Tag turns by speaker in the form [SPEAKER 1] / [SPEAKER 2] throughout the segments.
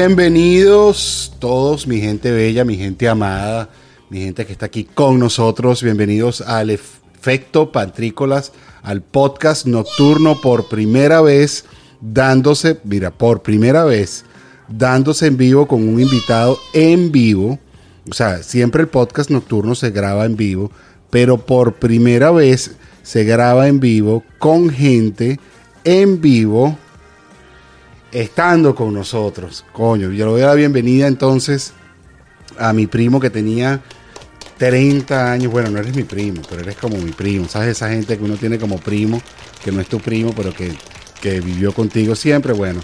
[SPEAKER 1] Bienvenidos todos, mi gente bella, mi gente amada, mi gente que está aquí con nosotros. Bienvenidos al efecto Pantrícolas, al podcast nocturno por primera vez, dándose, mira, por primera vez, dándose en vivo con un invitado en vivo. O sea, siempre el podcast nocturno se graba en vivo, pero por primera vez se graba en vivo con gente en vivo estando con nosotros. Coño, yo le doy la bienvenida entonces a mi primo que tenía 30 años. Bueno, no eres mi primo, pero eres como mi primo. ¿Sabes? Esa gente que uno tiene como primo, que no es tu primo, pero que, que vivió contigo siempre. Bueno,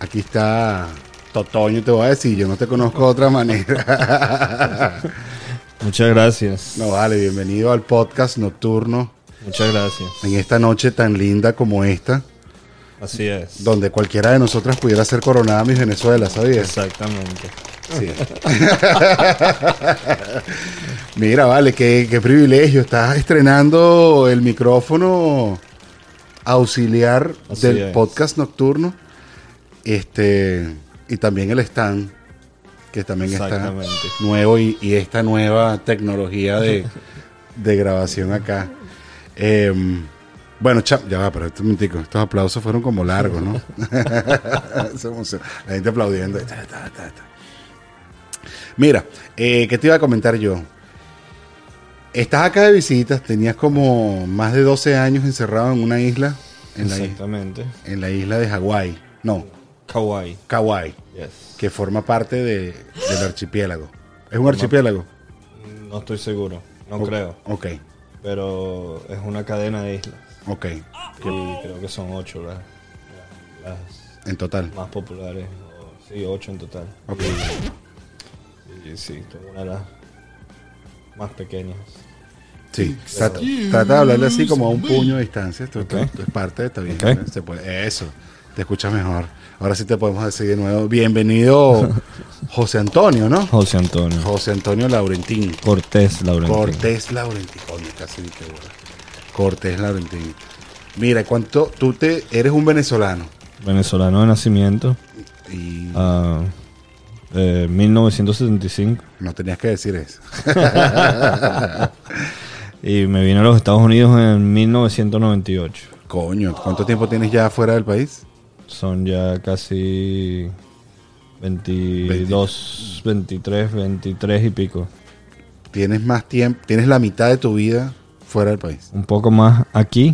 [SPEAKER 1] aquí está Totoño, te voy a decir. Yo no te conozco de otra manera.
[SPEAKER 2] Muchas gracias.
[SPEAKER 1] no, vale, bienvenido al podcast nocturno
[SPEAKER 2] Muchas gracias.
[SPEAKER 1] en esta noche tan linda como esta.
[SPEAKER 2] Así es.
[SPEAKER 1] Donde cualquiera de nosotras pudiera ser coronada mi Venezuela, ¿sabías?
[SPEAKER 2] Exactamente.
[SPEAKER 1] Sí. Mira, vale, qué, qué privilegio. Estás estrenando el micrófono auxiliar
[SPEAKER 2] Así
[SPEAKER 1] del
[SPEAKER 2] es.
[SPEAKER 1] podcast nocturno. Este, y también el stand, que también está
[SPEAKER 2] Exactamente.
[SPEAKER 1] nuevo y, y esta nueva tecnología de, de grabación acá. Em, bueno, chap, ya va, pero este momentico, estos aplausos fueron como largos, ¿no? Se emocionó. La gente aplaudiendo. Ta, ta, ta, ta. Mira, eh, ¿qué te iba a comentar yo? Estás acá de visitas, tenías como más de 12 años encerrado en una isla, en la, i-
[SPEAKER 2] Exactamente.
[SPEAKER 1] en la isla de Hawái, no,
[SPEAKER 2] Kawaii.
[SPEAKER 1] Kauai,
[SPEAKER 2] Yes.
[SPEAKER 1] que forma parte de- del archipiélago. ¿Es un archipiélago?
[SPEAKER 2] No estoy seguro. No creo.
[SPEAKER 1] Ok,
[SPEAKER 2] Pero es una cadena de islas.
[SPEAKER 1] ok,
[SPEAKER 2] Que creo que son ocho las, las- las
[SPEAKER 1] en total.
[SPEAKER 2] más populares. o- sí, ocho en total.
[SPEAKER 1] Ok.
[SPEAKER 2] Y, y sí, esto es una de las más pequeñas.
[SPEAKER 1] Sí, trata, trata de hablarle así como a un puño de distancia. Esto, esto- esto es parte, está bien.
[SPEAKER 2] Ok.
[SPEAKER 1] se puede- eso, te escuchas mejor. Ahora sí te podemos decir de nuevo, bienvenido José Antonio, ¿no?
[SPEAKER 2] José Antonio.
[SPEAKER 1] José Antonio Laurentín.
[SPEAKER 2] Cortés Laurentino.
[SPEAKER 1] Cortés Laurentín. Coño, casi ni que bola. Cortés Laurentín. Mira, cuánto tú te eres un venezolano
[SPEAKER 2] Venezolano de nacimiento.
[SPEAKER 1] y
[SPEAKER 2] Ah, eh, 1975
[SPEAKER 1] no tenías que decir eso.
[SPEAKER 2] y me vine a los Estados Unidos en 1998.
[SPEAKER 1] Coño, ¿cuánto tiempo tienes ya fuera del país?
[SPEAKER 2] Son ya casi 22, 23, 23 y pico.
[SPEAKER 1] Tienes más tiempo, tienes la mitad de tu vida fuera del país.
[SPEAKER 2] Un poco más aquí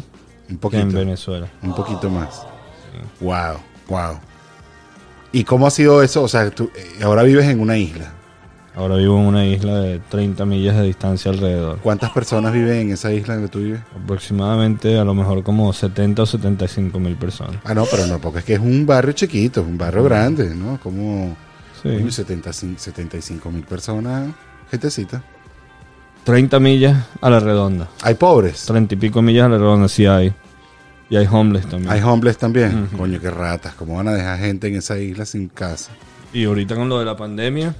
[SPEAKER 1] Un
[SPEAKER 2] que
[SPEAKER 1] poquito.
[SPEAKER 2] en Venezuela.
[SPEAKER 1] Un poquito más. Wow, wow. ¿Y cómo ha sido eso? O sea, tú eh, ahora vives en una isla.
[SPEAKER 2] Ahora vivo en una isla de 30 millas de distancia alrededor.
[SPEAKER 1] ¿Cuántas personas viven en esa isla donde tú vives?
[SPEAKER 2] Aproximadamente a lo mejor como 70 o 75 mil personas.
[SPEAKER 1] Ah, no, pero no, porque es que es un barrio chiquito, es un barrio grande, ¿no? Como
[SPEAKER 2] Sí.
[SPEAKER 1] uy, 75 75 mil personas, gentecita.
[SPEAKER 2] 30 millas a la redonda.
[SPEAKER 1] Hay pobres,
[SPEAKER 2] 30 y pico millas a la redonda sí hay. Y hay homeless también.
[SPEAKER 1] hay hombres también. Coño, qué ratas, ¿cómo van a dejar gente en esa isla sin casa?
[SPEAKER 2] Y ahorita con lo de la pandemia,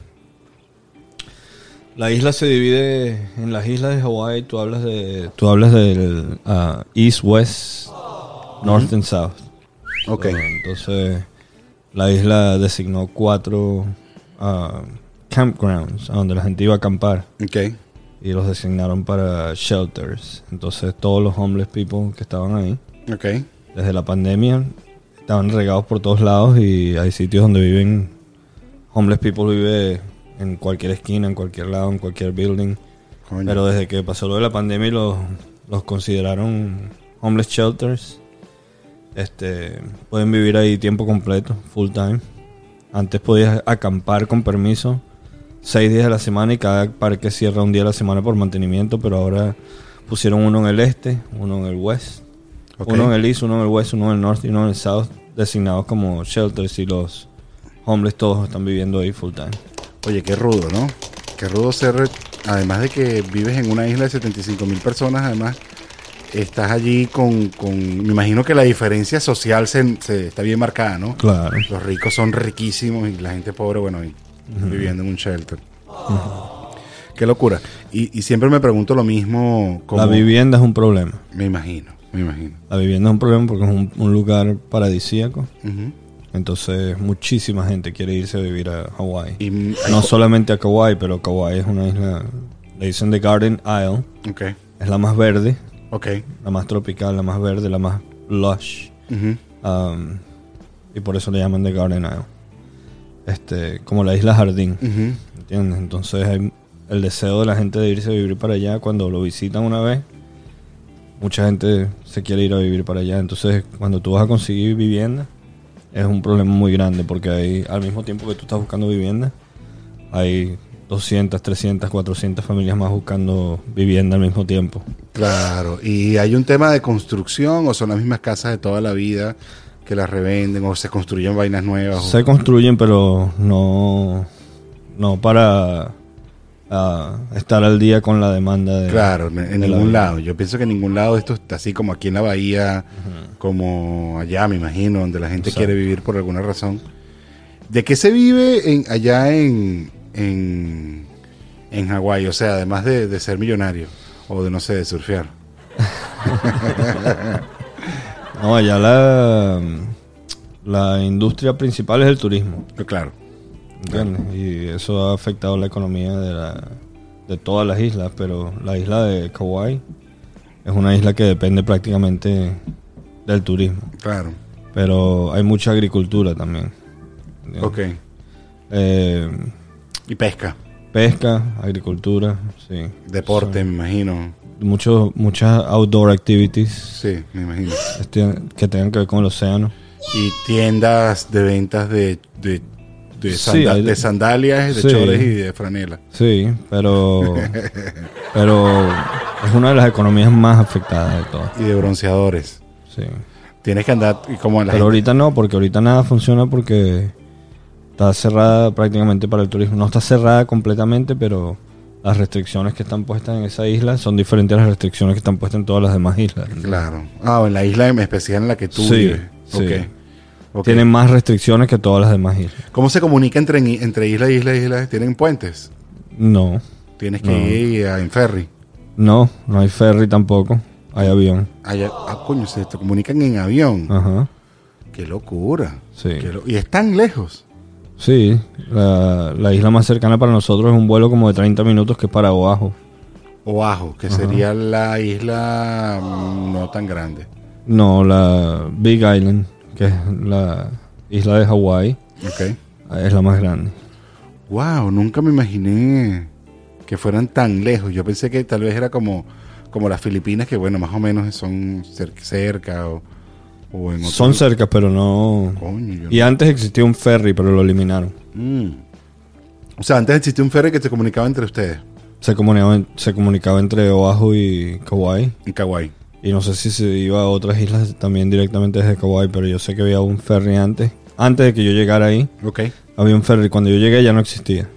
[SPEAKER 2] la isla se divide en las islas de Hawái. Tú hablas de, tú hablas del ah, East, West, North and South.
[SPEAKER 1] Ok,
[SPEAKER 2] Ah, entonces, la isla designó cuatro ah, campgrounds a donde la gente iba a acampar
[SPEAKER 1] ok,
[SPEAKER 2] y los designaron para shelters. Entonces, todos los homeless people que estaban ahí
[SPEAKER 1] ok.
[SPEAKER 2] desde la pandemia estaban regados por todos lados y hay sitios donde viven homeless people vive en cualquier esquina, en cualquier lado, en cualquier building.
[SPEAKER 1] Coño.
[SPEAKER 2] Pero desde que pasó lo de la pandemia y los, los consideraron homeless shelters, este, pueden vivir ahí tiempo completo, full time. Antes podías acampar con permiso seis días a la semana y cada parque cierra un día a la semana por mantenimiento, pero ahora pusieron uno en el este, uno en el west,
[SPEAKER 1] Ok.
[SPEAKER 2] uno en el east, uno en el west, uno en el norte y uno en el south, designados como shelters y los homeless todos están viviendo ahí full time.
[SPEAKER 1] Oye, qué rudo, ¿no? Qué rudo ser, además de que vives en una isla de 75 mil personas, además estás allí con, con, me imagino que la diferencia social se, se- está bien marcada, ¿no?
[SPEAKER 2] Claro.
[SPEAKER 1] Los ricos son riquísimos y la gente pobre, bueno, y viviendo en un shelter. Qué locura. Y, y siempre me pregunto lo mismo. Como,
[SPEAKER 2] La vivienda es un problema.
[SPEAKER 1] Me imagino, me imagino.
[SPEAKER 2] La vivienda es un problema porque es un, un lugar paradisíaco.
[SPEAKER 1] Ujú.
[SPEAKER 2] Entonces, muchísima gente quiere irse a vivir a Hawái.
[SPEAKER 1] Y m- hay
[SPEAKER 2] No
[SPEAKER 1] co-
[SPEAKER 2] solamente a Kauai, pero Kauai es una isla. Le dicen The Garden Isle.
[SPEAKER 1] Ok,
[SPEAKER 2] Es la más verde,
[SPEAKER 1] ok.
[SPEAKER 2] la más tropical, la más verde, la más lush.
[SPEAKER 1] ujú.
[SPEAKER 2] Um, y por eso le llaman The Garden Isle. Este, como la isla jardín.
[SPEAKER 1] Ujú.
[SPEAKER 2] ¿Entiendes? Entonces hay el deseo de la gente de irse a vivir para allá. Cuando lo visitan una vez, mucha gente se quiere ir a vivir para allá. Entonces, cuando tú vas a conseguir vivienda, es un problema muy grande porque hay, al mismo tiempo que tú estás buscando vivienda, hay 200, 300, 400 familias más buscando vivienda al mismo tiempo.
[SPEAKER 1] Claro, y hay un tema de construcción o son las mismas casas de toda la vida que las revenden o se construyen vainas nuevas. o-
[SPEAKER 2] Se construyen, pero no, no para ah, estar al día con la demanda de,
[SPEAKER 1] Claro, en, en
[SPEAKER 2] la
[SPEAKER 1] ningún
[SPEAKER 2] vida.
[SPEAKER 1] lado. Yo pienso que en ningún lado esto está así como aquí en la bahía, como allá, me imagino, donde la gente
[SPEAKER 2] Exacto.
[SPEAKER 1] quiere vivir por alguna razón. ¿De qué se vive en, allá en, en, en Hawái? O sea, además de, de ser millonario o de, no sé, de surfear.
[SPEAKER 2] No, allá la, la industria principal es el turismo,
[SPEAKER 1] Pero claro,
[SPEAKER 2] ¿entiendes? Y eso ha afectado la economía de, la- de todas las islas, pero la isla de Kauai es una isla que depende prácticamente del turismo.
[SPEAKER 1] claro.
[SPEAKER 2] Pero hay mucha agricultura también. ¿entiendes?
[SPEAKER 1] Ok.
[SPEAKER 2] Eh,
[SPEAKER 1] Y pesca,
[SPEAKER 2] pesca, agricultura, sí.
[SPEAKER 1] deporte, me imagino.
[SPEAKER 2] Muchos, muchas outdoor activities
[SPEAKER 1] Sí, me imagino.
[SPEAKER 2] este, que tengan que ver con el océano.
[SPEAKER 1] Y tiendas de ventas de, de, de
[SPEAKER 2] Sí,
[SPEAKER 1] sanda-
[SPEAKER 2] hay-
[SPEAKER 1] de sandalias, de
[SPEAKER 2] Sí.
[SPEAKER 1] chores y de franela.
[SPEAKER 2] Sí, pero. pero es una de las economías más afectadas de todas.
[SPEAKER 1] Y de bronceadores.
[SPEAKER 2] Sí.
[SPEAKER 1] Tienes que andar y como la
[SPEAKER 2] Pero
[SPEAKER 1] gente-
[SPEAKER 2] ahorita no, porque ahorita nada funciona porque está cerrada prácticamente para el turismo. No está cerrada completamente, pero las restricciones que están puestas en esa isla son diferentes a las restricciones que están puestas en todas las demás islas.
[SPEAKER 1] Claro. Ah, en la isla en especial en la que tú
[SPEAKER 2] Sí,
[SPEAKER 1] vives.
[SPEAKER 2] sí.
[SPEAKER 1] Ok. Ok.
[SPEAKER 2] Tienen más restricciones que todas las demás islas.
[SPEAKER 1] ¿Cómo se comunica entre, entre isla y isla y isla? ¿Tienen puentes?
[SPEAKER 2] No,
[SPEAKER 1] Tienes que
[SPEAKER 2] No.
[SPEAKER 1] ir a- en ferry.
[SPEAKER 2] no, no hay ferry tampoco. Hay avión.
[SPEAKER 1] Allá- ah, coño, se te comunican en avión.
[SPEAKER 2] Ajá.
[SPEAKER 1] Qué locura.
[SPEAKER 2] Ah. Sí.
[SPEAKER 1] Qué lo- y están lejos.
[SPEAKER 2] Sí, la, la isla más cercana para nosotros es un vuelo como de 30 minutos que es para Oahu.
[SPEAKER 1] Oahu, que sería la isla mm, no tan grande.
[SPEAKER 2] No, la Big Island, que es la isla de Hawái,
[SPEAKER 1] Ok.
[SPEAKER 2] es la más grande.
[SPEAKER 1] Wow, nunca me imaginé que fueran tan lejos. Yo pensé que tal vez era como, como las Filipinas, que bueno, más o menos son cer- cerca o, o en otro
[SPEAKER 2] Son cerca, pero no...
[SPEAKER 1] Coño, yo no-
[SPEAKER 2] Y antes existía un ferry, pero lo eliminaron.
[SPEAKER 1] Mm. O sea, antes existía un ferry que se comunicaba entre ustedes
[SPEAKER 2] Se comunicaba, se comunicaba entre Oahu y Kauai.
[SPEAKER 1] en Kauai.
[SPEAKER 2] Y no sé si se iba a otras islas también directamente desde Kauai, pero yo sé que había un ferry antes. Antes de que yo llegara ahí,
[SPEAKER 1] Ok.
[SPEAKER 2] había un ferry. Cuando yo llegué ya no existía.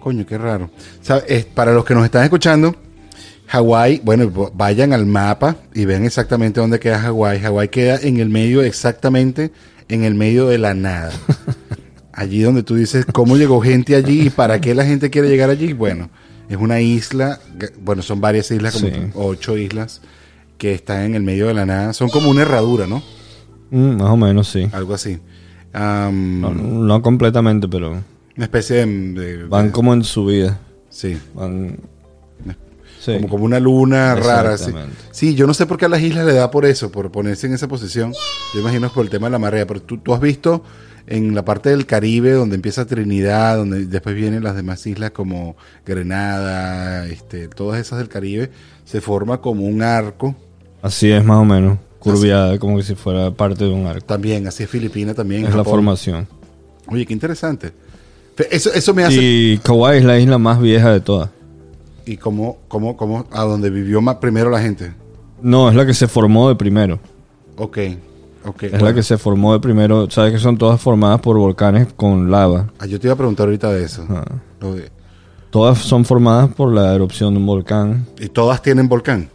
[SPEAKER 1] Coño, qué raro. Sabe, es- para los que nos están escuchando, Hawái, bueno, vo- vayan al mapa y vean exactamente dónde queda Hawái. Hawái queda en el medio, exactamente en el medio de la nada. Allí donde tú dices, ¿cómo llegó gente allí y para qué la gente quiere llegar allí? Bueno, es una isla, g- bueno, son varias islas, como
[SPEAKER 2] Sí.
[SPEAKER 1] ocho islas, que están en el medio de la nada. Son como una herradura, ¿no?
[SPEAKER 2] Mm, más o menos, sí.
[SPEAKER 1] Algo así. Am,
[SPEAKER 2] No, no completamente, pero
[SPEAKER 1] Una especie de... de-
[SPEAKER 2] van
[SPEAKER 1] de-
[SPEAKER 2] como en su vida.
[SPEAKER 1] sí.
[SPEAKER 2] Van... Sí.
[SPEAKER 1] Como, como una luna rara. Sí.
[SPEAKER 2] Exactamente.
[SPEAKER 1] sí, yo no sé por qué a las islas le da por eso, por ponerse en esa posición. Yo imagino es por el tema de la marea, pero tú, tú has visto en la parte del Caribe, donde empieza Trinidad, donde después vienen las demás islas como Grenada, este, todas esas del Caribe, se forma como un arco.
[SPEAKER 2] Así es, más o menos. Curviada, como que si fuera parte de un arco.
[SPEAKER 1] También, así es Filipina también.
[SPEAKER 2] Es la
[SPEAKER 1] Japón.
[SPEAKER 2] formación.
[SPEAKER 1] Oye, qué interesante. Fe- Eso, eso me hace...
[SPEAKER 2] Y Kauai es la isla más vieja de todas.
[SPEAKER 1] ¿Y cómo, cómo, cómo, a donde vivió más primero la gente?
[SPEAKER 2] No, es la que se formó de primero.
[SPEAKER 1] Ok, ok.
[SPEAKER 2] Es la
[SPEAKER 1] bueno.
[SPEAKER 2] que se formó de primero. Sabes que son todas formadas por volcanes con lava.
[SPEAKER 1] Ah, yo te iba a preguntar ahorita de eso.
[SPEAKER 2] Ajá.
[SPEAKER 1] Lo de-
[SPEAKER 2] Todas son formadas por la erupción de un volcán.
[SPEAKER 1] Y todas tienen volcán.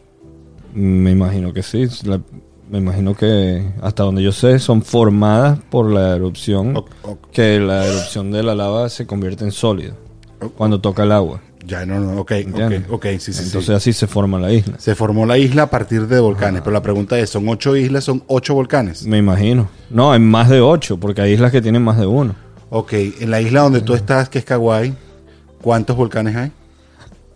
[SPEAKER 2] Me imagino que sí. La- me imagino que hasta donde yo sé son formadas por la erupción.
[SPEAKER 1] Ok, ok.
[SPEAKER 2] Que la erupción de la lava se convierte en sólido
[SPEAKER 1] Ok.
[SPEAKER 2] cuando toca el agua.
[SPEAKER 1] Ya no, no, ok,
[SPEAKER 2] ¿entiendes?
[SPEAKER 1] ok, ok, Oh. sí, sí, sí.
[SPEAKER 2] Entonces así se forma la isla.
[SPEAKER 1] Se formó la isla a partir de volcanes, pero la pregunta es, ¿son ocho islas, son ocho volcanes?
[SPEAKER 2] Me imagino. No, hay más de ocho, porque hay islas que tienen más de uno.
[SPEAKER 1] Ok, en la isla donde tú estás, que es Kauai, ¿cuántos volcanes hay?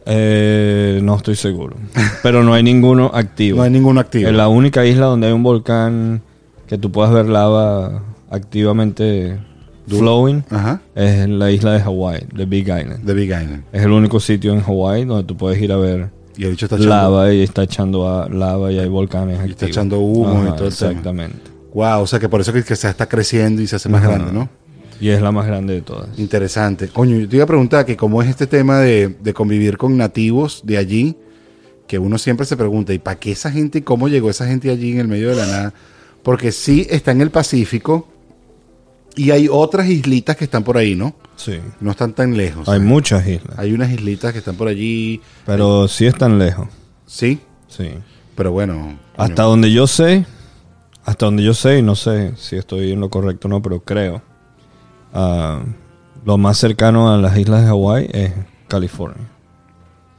[SPEAKER 2] Eh, no estoy seguro. Pero no hay ninguno activo.
[SPEAKER 1] No hay ninguno activo.
[SPEAKER 2] Es la única isla donde hay un volcán que tú puedas ver lava activamente flowing.
[SPEAKER 1] Ajá,
[SPEAKER 2] Es la isla de Hawái, de Big Island.
[SPEAKER 1] de Big Island.
[SPEAKER 2] Es el único sitio en Hawái donde tú puedes ir a ver
[SPEAKER 1] Y el bicho está echando-
[SPEAKER 2] lava y está echando a- lava y hay volcanes
[SPEAKER 1] Y
[SPEAKER 2] activos.
[SPEAKER 1] está echando humo y todo el tema.
[SPEAKER 2] Exactamente.
[SPEAKER 1] Wow, o sea que por eso que, que se está creciendo y se hace más
[SPEAKER 2] Ajá.
[SPEAKER 1] grande, ¿no?
[SPEAKER 2] Y es la más grande de todas.
[SPEAKER 1] Interesante. Coño, yo te iba a preguntar que cómo es este tema de, de convivir con nativos de allí, que uno siempre se pregunta, ¿y para qué esa gente y cómo llegó esa gente allí en el medio de la nada? Porque sí está en el Pacífico y hay otras islitas que están por ahí, ¿no?
[SPEAKER 2] Sí.
[SPEAKER 1] No están tan lejos.
[SPEAKER 2] Hay muchas islas,
[SPEAKER 1] Hay unas islitas que están por allí,
[SPEAKER 2] pero sí están lejos.
[SPEAKER 1] sí,
[SPEAKER 2] Sí.
[SPEAKER 1] pero bueno. coño,
[SPEAKER 2] Hasta donde yo sé, hasta donde yo sé, y no sé si estoy en lo correcto o no, pero creo. ah, lo más cercano a las islas de Hawái es California.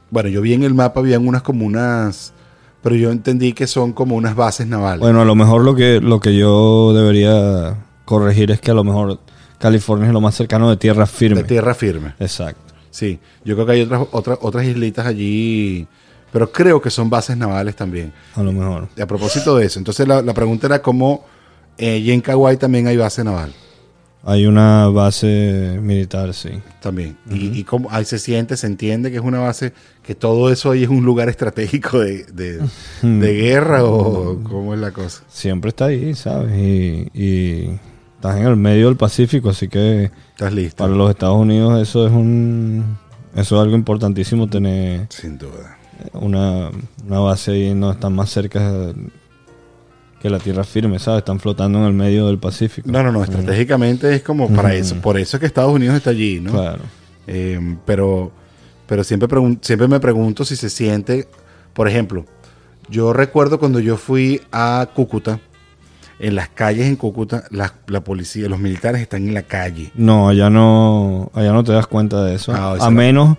[SPEAKER 1] Bueno, yo vi en el mapa, habían unas como unas, pero yo entendí que son como unas bases navales.
[SPEAKER 2] Bueno, a lo mejor lo que, lo que yo debería corregir es que a lo mejor California es lo más cercano de tierra firme.
[SPEAKER 1] de tierra firme.
[SPEAKER 2] Exacto.
[SPEAKER 1] Sí, yo creo que hay otras, otras, otras islitas allí, pero creo que son bases navales también.
[SPEAKER 2] A lo mejor.
[SPEAKER 1] Y a propósito de eso, entonces la, la pregunta era cómo eh, y en Kauai también hay base naval,
[SPEAKER 2] Hay una base militar, sí.
[SPEAKER 1] también. y, y cómo ahí se siente, se entiende que es una base, que todo eso ahí es un lugar estratégico de, de- de guerra o cómo es la cosa.
[SPEAKER 2] Siempre está ahí, ¿sabes? Y, y estás en el medio del Pacífico, así que
[SPEAKER 1] ¿Estás listo?
[SPEAKER 2] Para los Estados Unidos eso es un eso es algo importantísimo tener
[SPEAKER 1] Sin duda.
[SPEAKER 2] una, una base ahí no están más cerca que la tierra firme, ¿sabes? Están flotando en el medio del Pacífico.
[SPEAKER 1] No, no, no, estratégicamente es como para eso, por eso es que Estados Unidos está allí, ¿no?
[SPEAKER 2] Mm, Claro.
[SPEAKER 1] Eh, pero pero siempre, pregun- siempre me pregunto si se siente, por ejemplo, yo recuerdo cuando yo fui a Cúcuta, en las calles en Cúcuta, la, la policía, los militares están en la calle.
[SPEAKER 2] No, allá no allá no te das cuenta de eso.
[SPEAKER 1] Ah, o sea-
[SPEAKER 2] a menos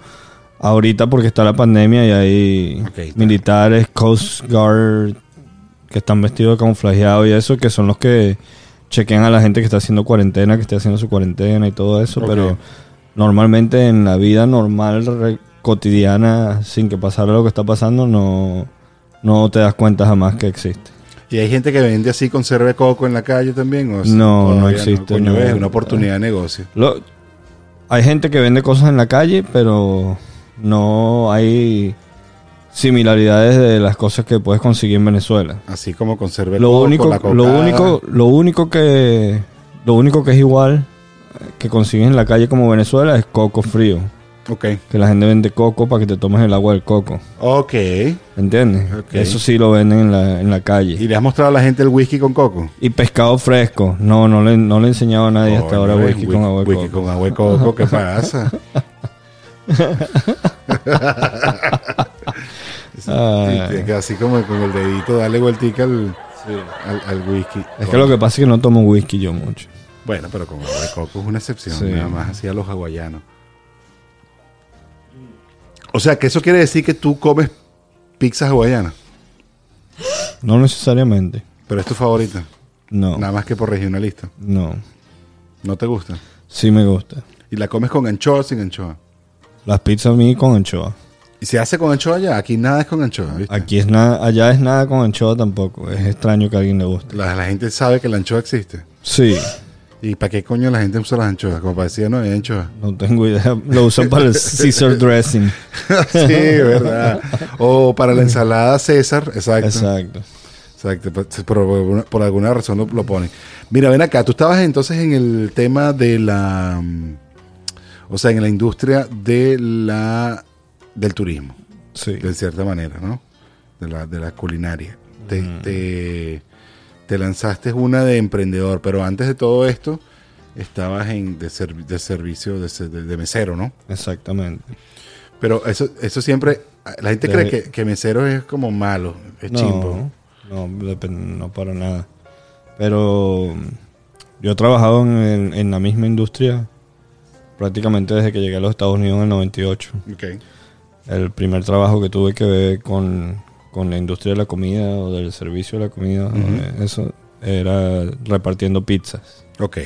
[SPEAKER 2] ahorita porque está la pandemia y hay
[SPEAKER 1] Ok, está.
[SPEAKER 2] militares Coast Guard que están vestidos de camuflajeado y eso que son los que chequean a la gente que está haciendo cuarentena, que está haciendo su cuarentena y todo eso,
[SPEAKER 1] Ok.
[SPEAKER 2] pero normalmente en la vida normal re- cotidiana sin que pasara lo que está pasando no no te das cuenta jamás que existe.
[SPEAKER 1] Y hay gente que vende así conserva de coco en la calle también. ¿o es-
[SPEAKER 2] No, no
[SPEAKER 1] todavía
[SPEAKER 2] existe,
[SPEAKER 1] Coño,
[SPEAKER 2] no.
[SPEAKER 1] es una oportunidad de negocio.
[SPEAKER 2] Lo- hay gente que vende cosas en la calle, pero no hay similaridades de las cosas que puedes conseguir en Venezuela.
[SPEAKER 1] Así como conserva de
[SPEAKER 2] Lo
[SPEAKER 1] coco,
[SPEAKER 2] único,
[SPEAKER 1] la
[SPEAKER 2] lo
[SPEAKER 1] cocada.
[SPEAKER 2] único, lo único que, lo único que es igual eh, que consigues en la calle como Venezuela es coco frío,
[SPEAKER 1] Ok.
[SPEAKER 2] que la gente vende coco para que te tomes el agua del coco,
[SPEAKER 1] Ok. ¿Y
[SPEAKER 2] ¿entiendes?
[SPEAKER 1] Ok.
[SPEAKER 2] Eso sí lo venden en la, en la calle.
[SPEAKER 1] le has mostrado a la gente el whisky con coco?
[SPEAKER 2] Y pescado fresco, no, no le, no le he enseñado a nadie hasta
[SPEAKER 1] Coño,
[SPEAKER 2] ahora
[SPEAKER 1] ven,
[SPEAKER 2] whisky con agua de
[SPEAKER 1] whisky
[SPEAKER 2] coco.
[SPEAKER 1] con agua de coco, ¿qué pasa?
[SPEAKER 2] Ah.
[SPEAKER 1] Sí, que Así como con el dedito, dale vueltica al, al, al whisky.
[SPEAKER 2] Es que lo que pasa es que no tomo whisky yo mucho.
[SPEAKER 1] Bueno, pero con agua de coco es una excepción,
[SPEAKER 2] Sí.
[SPEAKER 1] nada más así a los hawaianos. O sea, que eso quiere decir que tú comes pizza hawaiana,
[SPEAKER 2] No necesariamente.
[SPEAKER 1] pero es tu favorita,
[SPEAKER 2] No.
[SPEAKER 1] nada más que por regionalista.
[SPEAKER 2] No.
[SPEAKER 1] ¿No te gusta?
[SPEAKER 2] Sí me gusta.
[SPEAKER 1] Y la comes con anchoa o sin anchoa.
[SPEAKER 2] Las pizzas a mí con anchoa.
[SPEAKER 1] ¿Y se hace con anchoa ya? Aquí nada es con anchoa, ¿viste?
[SPEAKER 2] Aquí es nada, allá es nada con anchoa tampoco. Es extraño que a alguien le guste.
[SPEAKER 1] La- la gente sabe que la anchoa existe.
[SPEAKER 2] Sí,
[SPEAKER 1] ¿Y para qué coño la gente usa las anchoas? Como parecía, no hay anchoas.
[SPEAKER 2] no tengo idea. Lo usan para el Caesar dressing.
[SPEAKER 1] sí, verdad. O para la ensalada César, exacto. Exacto.
[SPEAKER 2] Exacto.
[SPEAKER 1] Por, por alguna, por alguna razón lo, lo ponen. Mira, ven acá, tú estabas entonces en el tema de la. mm, O sea, en la industria de la del turismo,
[SPEAKER 2] Sí.
[SPEAKER 1] de cierta manera, ¿no? De la, de la culinaria. Te, te, te lanzaste una de emprendedor, pero antes de todo esto estabas en de, servi- de servicio de, se- de- de mesero, ¿no?
[SPEAKER 2] Exactamente.
[SPEAKER 1] Pero eso, eso siempre, la gente
[SPEAKER 2] De-
[SPEAKER 1] cree que, que mesero es como malo, es chimbo.
[SPEAKER 2] No, no, depen- no para nada. Pero mm, yo he trabajado en, en- en la misma industria prácticamente desde que llegué a los Estados Unidos en el 98.
[SPEAKER 1] Ok.
[SPEAKER 2] El primer trabajo que tuve que ver con, con la industria de la comida o del servicio de la comida, eh, eso era repartiendo pizzas.
[SPEAKER 1] Ok.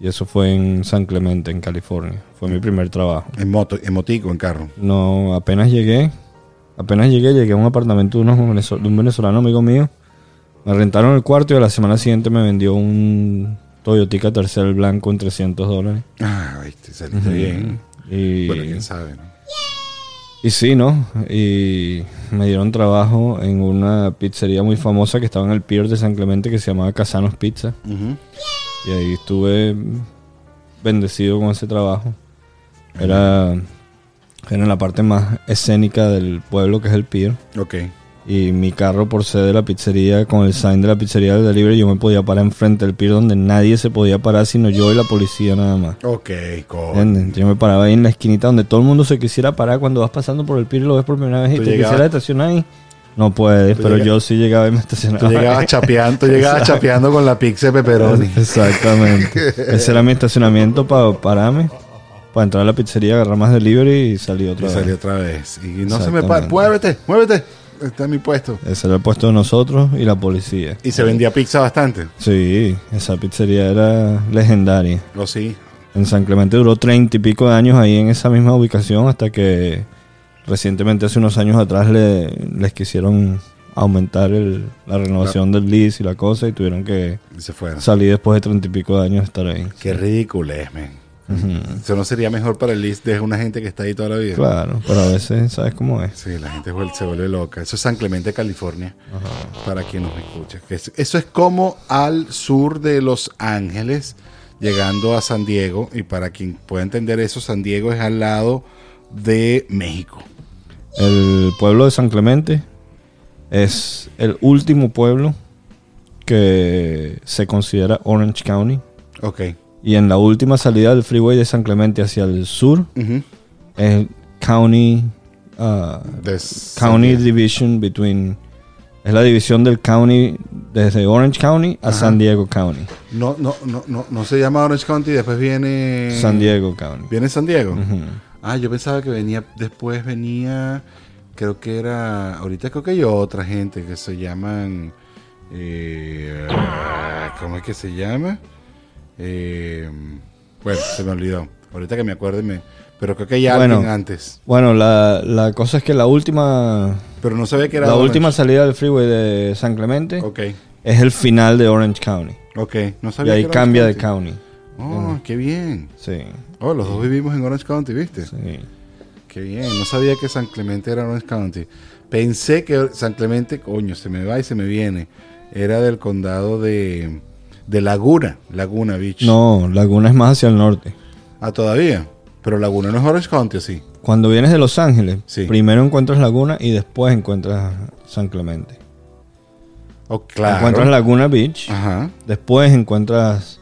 [SPEAKER 2] Y eso fue en San Clemente, en California. Fue mi primer trabajo.
[SPEAKER 1] En moto, en motico, en carro.
[SPEAKER 2] No, apenas llegué. Apenas llegué, llegué a un apartamento de, unos venezol- de un venezolano amigo mío. Me rentaron el cuarto y a la semana siguiente me vendió un Toyotica Tercel blanco en 300 dólares.
[SPEAKER 1] Ah, viste, saliste bien.
[SPEAKER 2] Y,
[SPEAKER 1] Bueno, quién sabe, ¿no?
[SPEAKER 2] y sí, ¿no? Y me dieron trabajo en una pizzería muy famosa que estaba en el pier de San Clemente que se llamaba Casanos Pizza.
[SPEAKER 1] Ujú.
[SPEAKER 2] Y ahí estuve bendecido con ese trabajo. Era, era en la parte más escénica del pueblo que es el pier.
[SPEAKER 1] Ok.
[SPEAKER 2] Y mi carro por ser de la pizzería, con el sign de la pizzería del delivery, yo me podía parar enfrente del pier donde nadie se podía parar sino yo y la policía nada más.
[SPEAKER 1] Ok, coño.
[SPEAKER 2] ¿Entiendes? Yo me paraba ahí en la esquinita donde todo el mundo se quisiera parar cuando vas pasando por el pier y lo ves por primera vez y
[SPEAKER 1] Tú
[SPEAKER 2] te
[SPEAKER 1] llegabas-
[SPEAKER 2] quisiera estacionar ahí. No puedes, pero
[SPEAKER 1] llega-
[SPEAKER 2] yo sí llegaba y me
[SPEAKER 1] Tú
[SPEAKER 2] estacionaba.
[SPEAKER 1] llegabas chapeando, tú llegabas chapeando con la pizza de pepperoni.
[SPEAKER 2] Exactamente. Ese era mi estacionamiento para pararme, para entrar a la pizzería, agarrar más delivery y salir otra
[SPEAKER 1] Y
[SPEAKER 2] vez.
[SPEAKER 1] salí otra vez. Y no se me para.
[SPEAKER 2] Exactamente.
[SPEAKER 1] Muévete, muévete. Está en mi puesto.
[SPEAKER 2] Ese era el puesto de nosotros y la policía.
[SPEAKER 1] Y se vendía pizza bastante.
[SPEAKER 2] Sí, esa pizzería era legendaria.
[SPEAKER 1] Lo Oh, sí.
[SPEAKER 2] En San Clemente duró treinta y pico de años ahí en esa misma ubicación hasta que recientemente, hace unos años atrás, le- les quisieron aumentar el- la renovación del lease y la cosa y tuvieron que
[SPEAKER 1] Y se fueron.
[SPEAKER 2] salir después de treinta y pico de años de estar ahí.
[SPEAKER 1] Qué ridículo es, men. Eso no sería mejor para el list de una gente que está ahí toda la vida.
[SPEAKER 2] Claro, pero a veces, ¿sabes cómo es?
[SPEAKER 1] Sí, la gente vuel- se vuelve loca. Eso es San Clemente, California, para quien nos escucha. Que es- Eso es como al sur de Los Ángeles, llegando a San Diego. Y para quien pueda entender eso, San Diego es al lado de México.
[SPEAKER 2] El pueblo de San Clemente es el último pueblo que se considera Orange County.
[SPEAKER 1] Ok.
[SPEAKER 2] Y en la última salida del freeway de San Clemente hacia el sur
[SPEAKER 1] Ujú.
[SPEAKER 2] es County, ah,
[SPEAKER 1] De San
[SPEAKER 2] county
[SPEAKER 1] Diego.
[SPEAKER 2] Division between... Es la división del county desde Orange County a San Diego County.
[SPEAKER 1] No, no, no, no, no se llama Orange County, después viene.
[SPEAKER 2] San Diego County.
[SPEAKER 1] ¿Viene San Diego?
[SPEAKER 2] Ujú.
[SPEAKER 1] Ah, yo pensaba que venía, después venía, creo que era, ahorita creo que hay otra gente que se llaman, eh, ah, ¿cómo es que se llama? Eh, bueno, se me olvidó. Ahorita que me acuerde, me- pero creo que hay alguien
[SPEAKER 2] Bueno.
[SPEAKER 1] antes.
[SPEAKER 2] Bueno, la, la cosa es que la última...
[SPEAKER 1] Pero no sabía que era
[SPEAKER 2] La
[SPEAKER 1] Orange.
[SPEAKER 2] última salida del freeway de San Clemente
[SPEAKER 1] Ok,
[SPEAKER 2] es el final de Orange County.
[SPEAKER 1] ok, no
[SPEAKER 2] Y
[SPEAKER 1] sabía.
[SPEAKER 2] ahí
[SPEAKER 1] que era
[SPEAKER 2] cambia de
[SPEAKER 1] Orange
[SPEAKER 2] county.
[SPEAKER 1] County. Oh, qué bien.
[SPEAKER 2] Sí,
[SPEAKER 1] Oh, los dos vivimos en Orange County, ¿viste?
[SPEAKER 2] sí.
[SPEAKER 1] Qué bien, no sabía que San Clemente era Orange County. Pensé que San Clemente, coño, se me va y se me viene. Era del condado de, de Laguna, Laguna Beach.
[SPEAKER 2] No, Laguna es más hacia el norte.
[SPEAKER 1] Ah, todavía. Pero Laguna no es Orange County, ¿o sí.
[SPEAKER 2] Cuando vienes de Los Ángeles,
[SPEAKER 1] Sí.
[SPEAKER 2] primero encuentras Laguna y después encuentras San Clemente.
[SPEAKER 1] Oh, claro.
[SPEAKER 2] Encuentras Laguna Beach,
[SPEAKER 1] Ajá,
[SPEAKER 2] después encuentras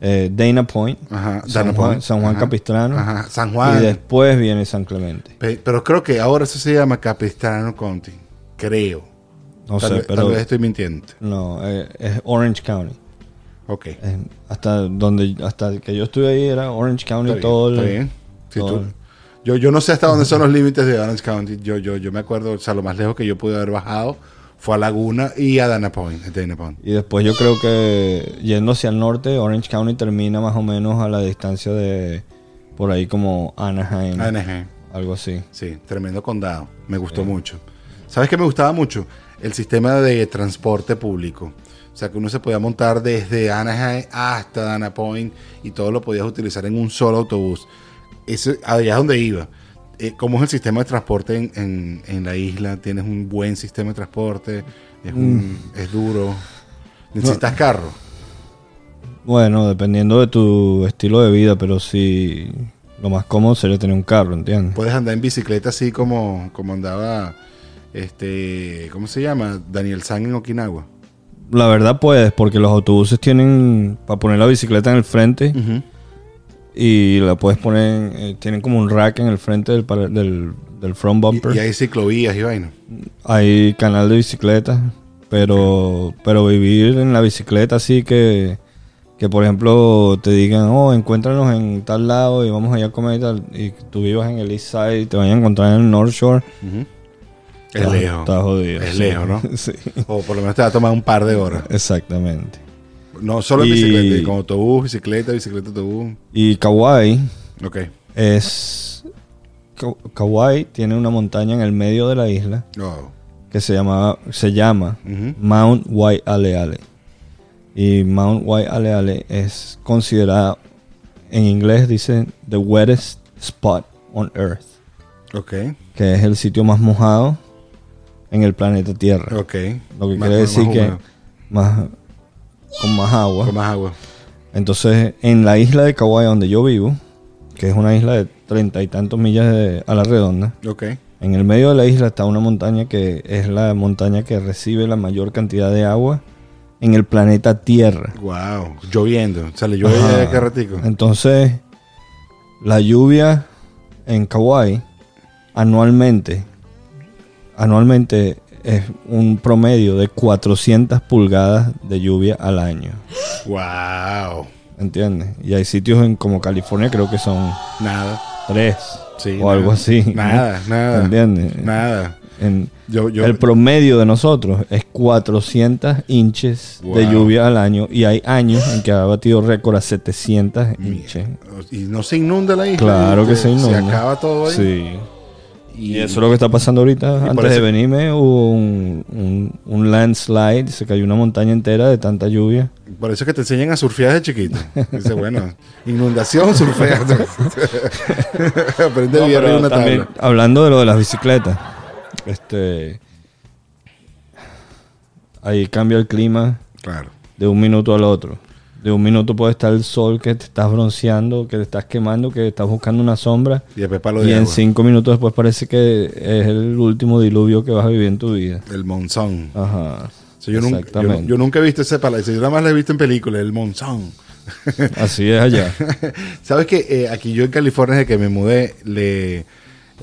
[SPEAKER 2] eh, Dana Point,
[SPEAKER 1] ajá.
[SPEAKER 2] San
[SPEAKER 1] Dana
[SPEAKER 2] Juan,
[SPEAKER 1] Point.
[SPEAKER 2] San Juan
[SPEAKER 1] Ajá,
[SPEAKER 2] Capistrano
[SPEAKER 1] Ajá, San
[SPEAKER 2] y
[SPEAKER 1] Juan.
[SPEAKER 2] después viene San Clemente.
[SPEAKER 1] Pe- Pero creo que ahora eso se llama Capistrano County. Creo.
[SPEAKER 2] No
[SPEAKER 1] tal,
[SPEAKER 2] sé,
[SPEAKER 1] vez- tal
[SPEAKER 2] pero
[SPEAKER 1] vez este- estoy mintiendo.
[SPEAKER 2] no, eh, es Orange County.
[SPEAKER 1] Ok. Está
[SPEAKER 2] Es- hasta donde hasta que yo estuve ahí era Orange County
[SPEAKER 1] bien,
[SPEAKER 2] todo el-
[SPEAKER 1] está bien. Sí,
[SPEAKER 2] todo
[SPEAKER 1] tú-
[SPEAKER 2] el-
[SPEAKER 1] Yo, yo no sé hasta dónde son los límites de Orange County. Yo, yo, yo me acuerdo, o sea, lo más lejos que yo pude haber bajado fue a Laguna y a Dana Point. a Dana Point.
[SPEAKER 2] Y después yo creo que yendo hacia el norte, Orange County termina más o menos a la distancia de por ahí como Anaheim,
[SPEAKER 1] Anaheim.
[SPEAKER 2] algo así.
[SPEAKER 1] Sí, tremendo condado. Me gustó mucho. ¿Sabes qué me gustaba mucho? El sistema de transporte público. O sea, que uno se podía montar desde Anaheim hasta Dana Point y todo lo podías utilizar en un solo autobús. Eso, allá es donde iba. Eh, ¿Cómo es el sistema de transporte en, en- en la isla? ¿Tienes un buen sistema de transporte? ¿Es, un- es duro? ¿Necesitas carro?
[SPEAKER 2] Bueno, dependiendo de tu estilo de vida, pero sí lo más cómodo sería tener un carro, ¿entiendes?
[SPEAKER 1] Puedes andar en bicicleta así como, como andaba, este, ¿cómo se llama? Daniel San en Okinawa.
[SPEAKER 2] La verdad puedes, porque los autobuses tienen para poner la bicicleta en el frente
[SPEAKER 1] Mm.
[SPEAKER 2] y la puedes poner, eh, tienen como un rack en el frente del, para- del, del front
[SPEAKER 1] Y-
[SPEAKER 2] bumper.
[SPEAKER 1] Y, hay ciclovías y vaina.
[SPEAKER 2] Hay canal de bicicleta, pero, pero vivir en la bicicleta así que Que por ejemplo te digan, oh, encuéntranos en tal lado y vamos allá a comer y tal. Y tú vivas en el East Side y te vayan a encontrar en el North Shore.
[SPEAKER 1] Es
[SPEAKER 2] Estás-
[SPEAKER 1] lejos.
[SPEAKER 2] Estás jodido.
[SPEAKER 1] Es
[SPEAKER 2] sí.
[SPEAKER 1] lejos, ¿no?
[SPEAKER 2] sí,
[SPEAKER 1] O por lo menos te va a tomar un par de horas.
[SPEAKER 2] exactamente.
[SPEAKER 1] No solo en
[SPEAKER 2] Y-
[SPEAKER 1] bicicleta, con autobús, bicicleta, bicicleta, autobús.
[SPEAKER 2] Y Kauai
[SPEAKER 1] Ok.
[SPEAKER 2] es. Ka- Kauai tiene una montaña en el medio de la isla
[SPEAKER 1] Oh.
[SPEAKER 2] que se, llamaba, se llama
[SPEAKER 1] Ujú.
[SPEAKER 2] Mount White Ale Ale. Y Mount White Ale Ale es considerada, en inglés dicen, the wettest spot on earth,
[SPEAKER 1] Ok.
[SPEAKER 2] que es el sitio más mojado en el planeta Tierra.
[SPEAKER 1] Ok.
[SPEAKER 2] Lo que
[SPEAKER 1] Más-
[SPEAKER 2] quiere
[SPEAKER 1] más-
[SPEAKER 2] decir
[SPEAKER 1] más
[SPEAKER 2] que
[SPEAKER 1] húmedo.
[SPEAKER 2] más, con más agua.
[SPEAKER 1] Con más agua.
[SPEAKER 2] Entonces, en la isla de Kauai, donde yo vivo, que es una isla de treinta y tantos millas de- a la redonda,
[SPEAKER 1] Ok.
[SPEAKER 2] en el medio de la isla está una montaña que es la montaña que recibe la mayor cantidad de agua en el planeta Tierra.
[SPEAKER 1] Wow. Lloviendo. Sale llueve
[SPEAKER 2] Ajá.
[SPEAKER 1] ya cada ratico.
[SPEAKER 2] Entonces, la lluvia en Kauai anualmente, anualmente es un promedio de 400 pulgadas de lluvia al año.
[SPEAKER 1] Wow.
[SPEAKER 2] ¿Entiendes? Y hay sitios en como California creo que son
[SPEAKER 1] Nada.
[SPEAKER 2] tres
[SPEAKER 1] Sí,
[SPEAKER 2] o
[SPEAKER 1] nada.
[SPEAKER 2] algo así. ¿no?
[SPEAKER 1] Nada, nada.
[SPEAKER 2] ¿Entiendes?
[SPEAKER 1] Nada.
[SPEAKER 2] En-
[SPEAKER 1] Yo, yo,
[SPEAKER 2] Eh. el promedio de nosotros es 400 inches de
[SPEAKER 1] Wow.
[SPEAKER 2] lluvia al año y hay años en que ha batido récord a 700 inches.
[SPEAKER 1] y no se inunda la isla.
[SPEAKER 2] Claro que se inunda.
[SPEAKER 1] Se acaba todo ahí.
[SPEAKER 2] Sí.
[SPEAKER 1] Y,
[SPEAKER 2] Y eso es lo que está pasando ahorita. Antes
[SPEAKER 1] parece-
[SPEAKER 2] de venirme hubo un, un- un landslide, se cayó una montaña entera de tanta lluvia.
[SPEAKER 1] Por eso es que te enseñan a surfear de chiquito. Dice, bueno, inundación, surfear. Aprende
[SPEAKER 2] No,
[SPEAKER 1] bien
[SPEAKER 2] pero
[SPEAKER 1] en una
[SPEAKER 2] también,
[SPEAKER 1] tabla.
[SPEAKER 2] hablando de lo de las bicicletas, este, ahí cambia el clima
[SPEAKER 1] Claro.
[SPEAKER 2] de un minuto al otro. De un minuto puede estar el sol que te estás bronceando, que te estás quemando, que estás buscando una sombra.
[SPEAKER 1] Y después palo
[SPEAKER 2] Y
[SPEAKER 1] de
[SPEAKER 2] en
[SPEAKER 1] agua.
[SPEAKER 2] cinco minutos después parece que es el último diluvio que vas a vivir en tu vida.
[SPEAKER 1] El monzón.
[SPEAKER 2] Ajá.
[SPEAKER 1] O sea, yo, nunca, yo,
[SPEAKER 2] Exactamente.
[SPEAKER 1] yo nunca he visto ese palacio. Yo nada más lo he visto en películas, el monzón.
[SPEAKER 2] Así es allá.
[SPEAKER 1] Sabes que aquí yo en California, desde que me mudé, le, eh,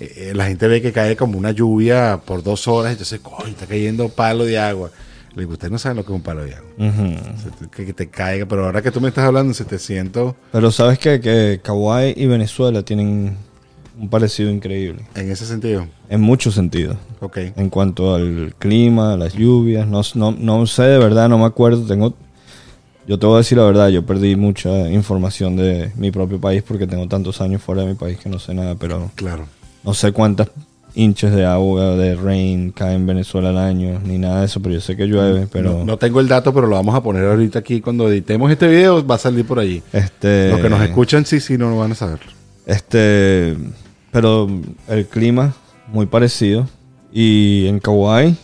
[SPEAKER 1] eh, la gente ve que cae como una lluvia por dos horas. Entonces, coño, está cayendo palo de agua. Le digo, ustedes no saben lo que es un palo de agua.
[SPEAKER 2] Ujú.
[SPEAKER 1] O sea, tú- que, que te caiga. Pero ahora que tú me estás hablando, se te siento
[SPEAKER 2] Pero sabes qué? que Kauai y Venezuela tienen un parecido increíble.
[SPEAKER 1] en ese sentido.
[SPEAKER 2] En muchos sentidos.
[SPEAKER 1] Ok.
[SPEAKER 2] En cuanto al clima, a las lluvias, no, no, no sé de verdad, no me acuerdo. Tengo, yo te voy a decir la verdad, yo perdí mucha información de mi propio país porque tengo tantos años fuera de mi país que no sé nada, pero
[SPEAKER 1] Claro.
[SPEAKER 2] no sé cuántas hinches de agua, de rain caen en Venezuela al año, ni nada de eso, pero yo sé que llueve, pero
[SPEAKER 1] No, no tengo el dato, pero lo vamos a poner ahorita aquí. Cuando editemos este video, va a salir por allí.
[SPEAKER 2] este...
[SPEAKER 1] Los que nos escuchan, sí, sí, no lo van a saber.
[SPEAKER 2] Este, pero el clima muy parecido y en Kauai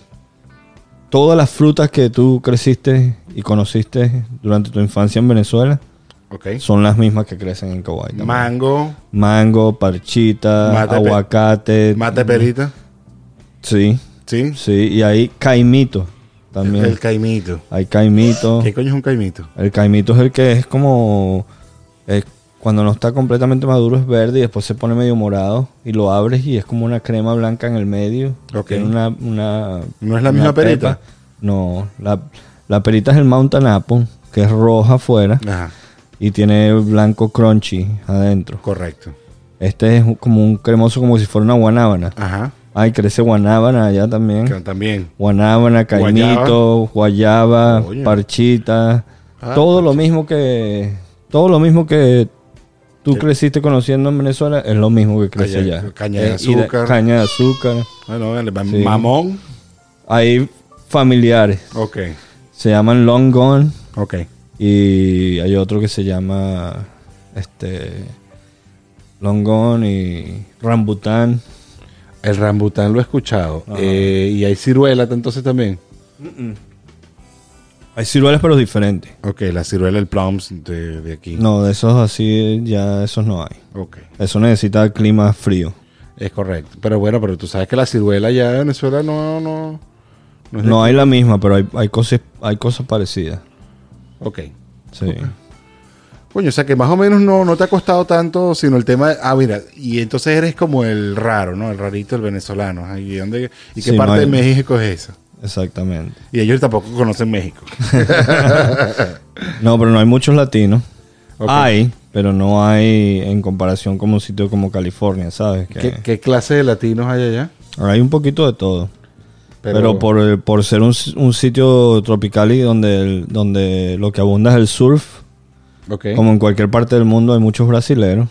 [SPEAKER 2] todas las frutas que tú creciste y conociste durante tu infancia en Venezuela
[SPEAKER 1] Ok.
[SPEAKER 2] son las mismas que crecen en Kauai. también.
[SPEAKER 1] Mango,
[SPEAKER 2] Mango, parchita,
[SPEAKER 1] Mate pe-
[SPEAKER 2] aguacate.
[SPEAKER 1] mate perita.
[SPEAKER 2] Sí,
[SPEAKER 1] Sí.
[SPEAKER 2] sí, y hay caimito también.
[SPEAKER 1] El caimito.
[SPEAKER 2] Hay caimito.
[SPEAKER 1] ¿Qué coño es un caimito?
[SPEAKER 2] El caimito es el que es como. eh, cuando no está completamente maduro es verde y después se pone medio morado y lo abres y es como una crema blanca en el medio.
[SPEAKER 1] Ok.
[SPEAKER 2] Tiene una, una-
[SPEAKER 1] ¿No es la
[SPEAKER 2] una
[SPEAKER 1] misma perita?
[SPEAKER 2] pepa. No, la, la perita es el Mountain Apple, que es roja afuera
[SPEAKER 1] Ajá.
[SPEAKER 2] y tiene blanco crunchy adentro.
[SPEAKER 1] Correcto.
[SPEAKER 2] Este es un- como un cremoso, como si fuera una guanábana.
[SPEAKER 1] Ajá.
[SPEAKER 2] Ay, crece guanábana allá también.
[SPEAKER 1] Que También.
[SPEAKER 2] Guanábana, caimito, guayaba,
[SPEAKER 1] Oye.
[SPEAKER 2] parchita,
[SPEAKER 1] Ah,
[SPEAKER 2] todo lo mismo que todo lo mismo que tú creciste conociendo en Venezuela es lo mismo que crece
[SPEAKER 1] Allá,
[SPEAKER 2] allá.
[SPEAKER 1] caña de
[SPEAKER 2] Eh, y
[SPEAKER 1] azúcar.
[SPEAKER 2] caña de azúcar.
[SPEAKER 1] Bueno, vale, mam-
[SPEAKER 2] Sí.
[SPEAKER 1] Mamón.
[SPEAKER 2] Hay familiares,
[SPEAKER 1] Ok.
[SPEAKER 2] se llaman long gone
[SPEAKER 1] Ok.
[SPEAKER 2] y hay otro que se llama este long gone y rambután.
[SPEAKER 1] El rambután lo he escuchado. Eh, y hay ciruela entonces también.
[SPEAKER 2] Hay ciruelas pero diferentes.
[SPEAKER 1] Ok, la ciruela, el plums de, de aquí.
[SPEAKER 2] No, de esos así ya esos no hay.
[SPEAKER 1] Ok.
[SPEAKER 2] Eso necesita clima frío.
[SPEAKER 1] Es correcto. Pero bueno, pero tú sabes que la ciruela ya en Venezuela no, no, no es de-
[SPEAKER 2] No hay la misma, pero hay, hay cosas, hay cosas parecidas.
[SPEAKER 1] Ok.
[SPEAKER 2] Sí.
[SPEAKER 1] Coño, o sea que más o menos no, no te ha costado tanto, sino el tema. Ah, mira, y entonces eres como el raro, ¿no? El rarito, el venezolano. Ay, ¿Y, dónde, y qué
[SPEAKER 2] Sí,
[SPEAKER 1] parte
[SPEAKER 2] no hay-
[SPEAKER 1] de México es esa?
[SPEAKER 2] Exactamente.
[SPEAKER 3] Y ellos tampoco conocen México.
[SPEAKER 2] No, pero no hay muchos latinos. Hay, pero no hay en comparación con un sitio como California, ¿sabes? Que
[SPEAKER 1] ¿Qué, qué clase de latinos hay allá?
[SPEAKER 2] Hay un poquito de todo. Pero, por, por ser un, un sitio tropical y donde, el- donde lo que abunda es el surf,
[SPEAKER 1] Ok.
[SPEAKER 2] como en cualquier parte del mundo hay muchos brasileros,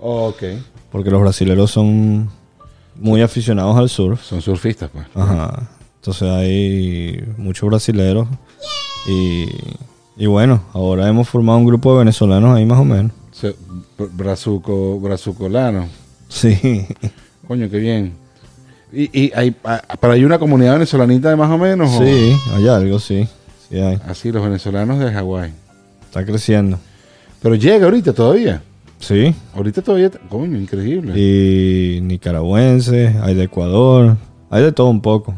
[SPEAKER 1] Ok.
[SPEAKER 2] porque los brasileros son muy aficionados al surf.
[SPEAKER 1] Son surfistas, pues.
[SPEAKER 2] Ajá. Entonces hay muchos brasileros. Y, y bueno, ahora hemos formado un grupo de venezolanos ahí más o menos.
[SPEAKER 1] Se- br- brazuco, brazucolano.
[SPEAKER 2] Sí.
[SPEAKER 1] Coño, qué bien. Y, y hay, a- pero hay una comunidad venezolanita de más o menos. ¿o?
[SPEAKER 2] Sí, hay algo, sí. Sí hay.
[SPEAKER 1] Así, los venezolanos de Hawái.
[SPEAKER 2] Está creciendo.
[SPEAKER 1] Pero llega ahorita todavía.
[SPEAKER 2] Sí.
[SPEAKER 1] Ahorita todavía. t- Coño, increíble.
[SPEAKER 2] Y nicaragüenses, hay de Ecuador, hay de todo un poco.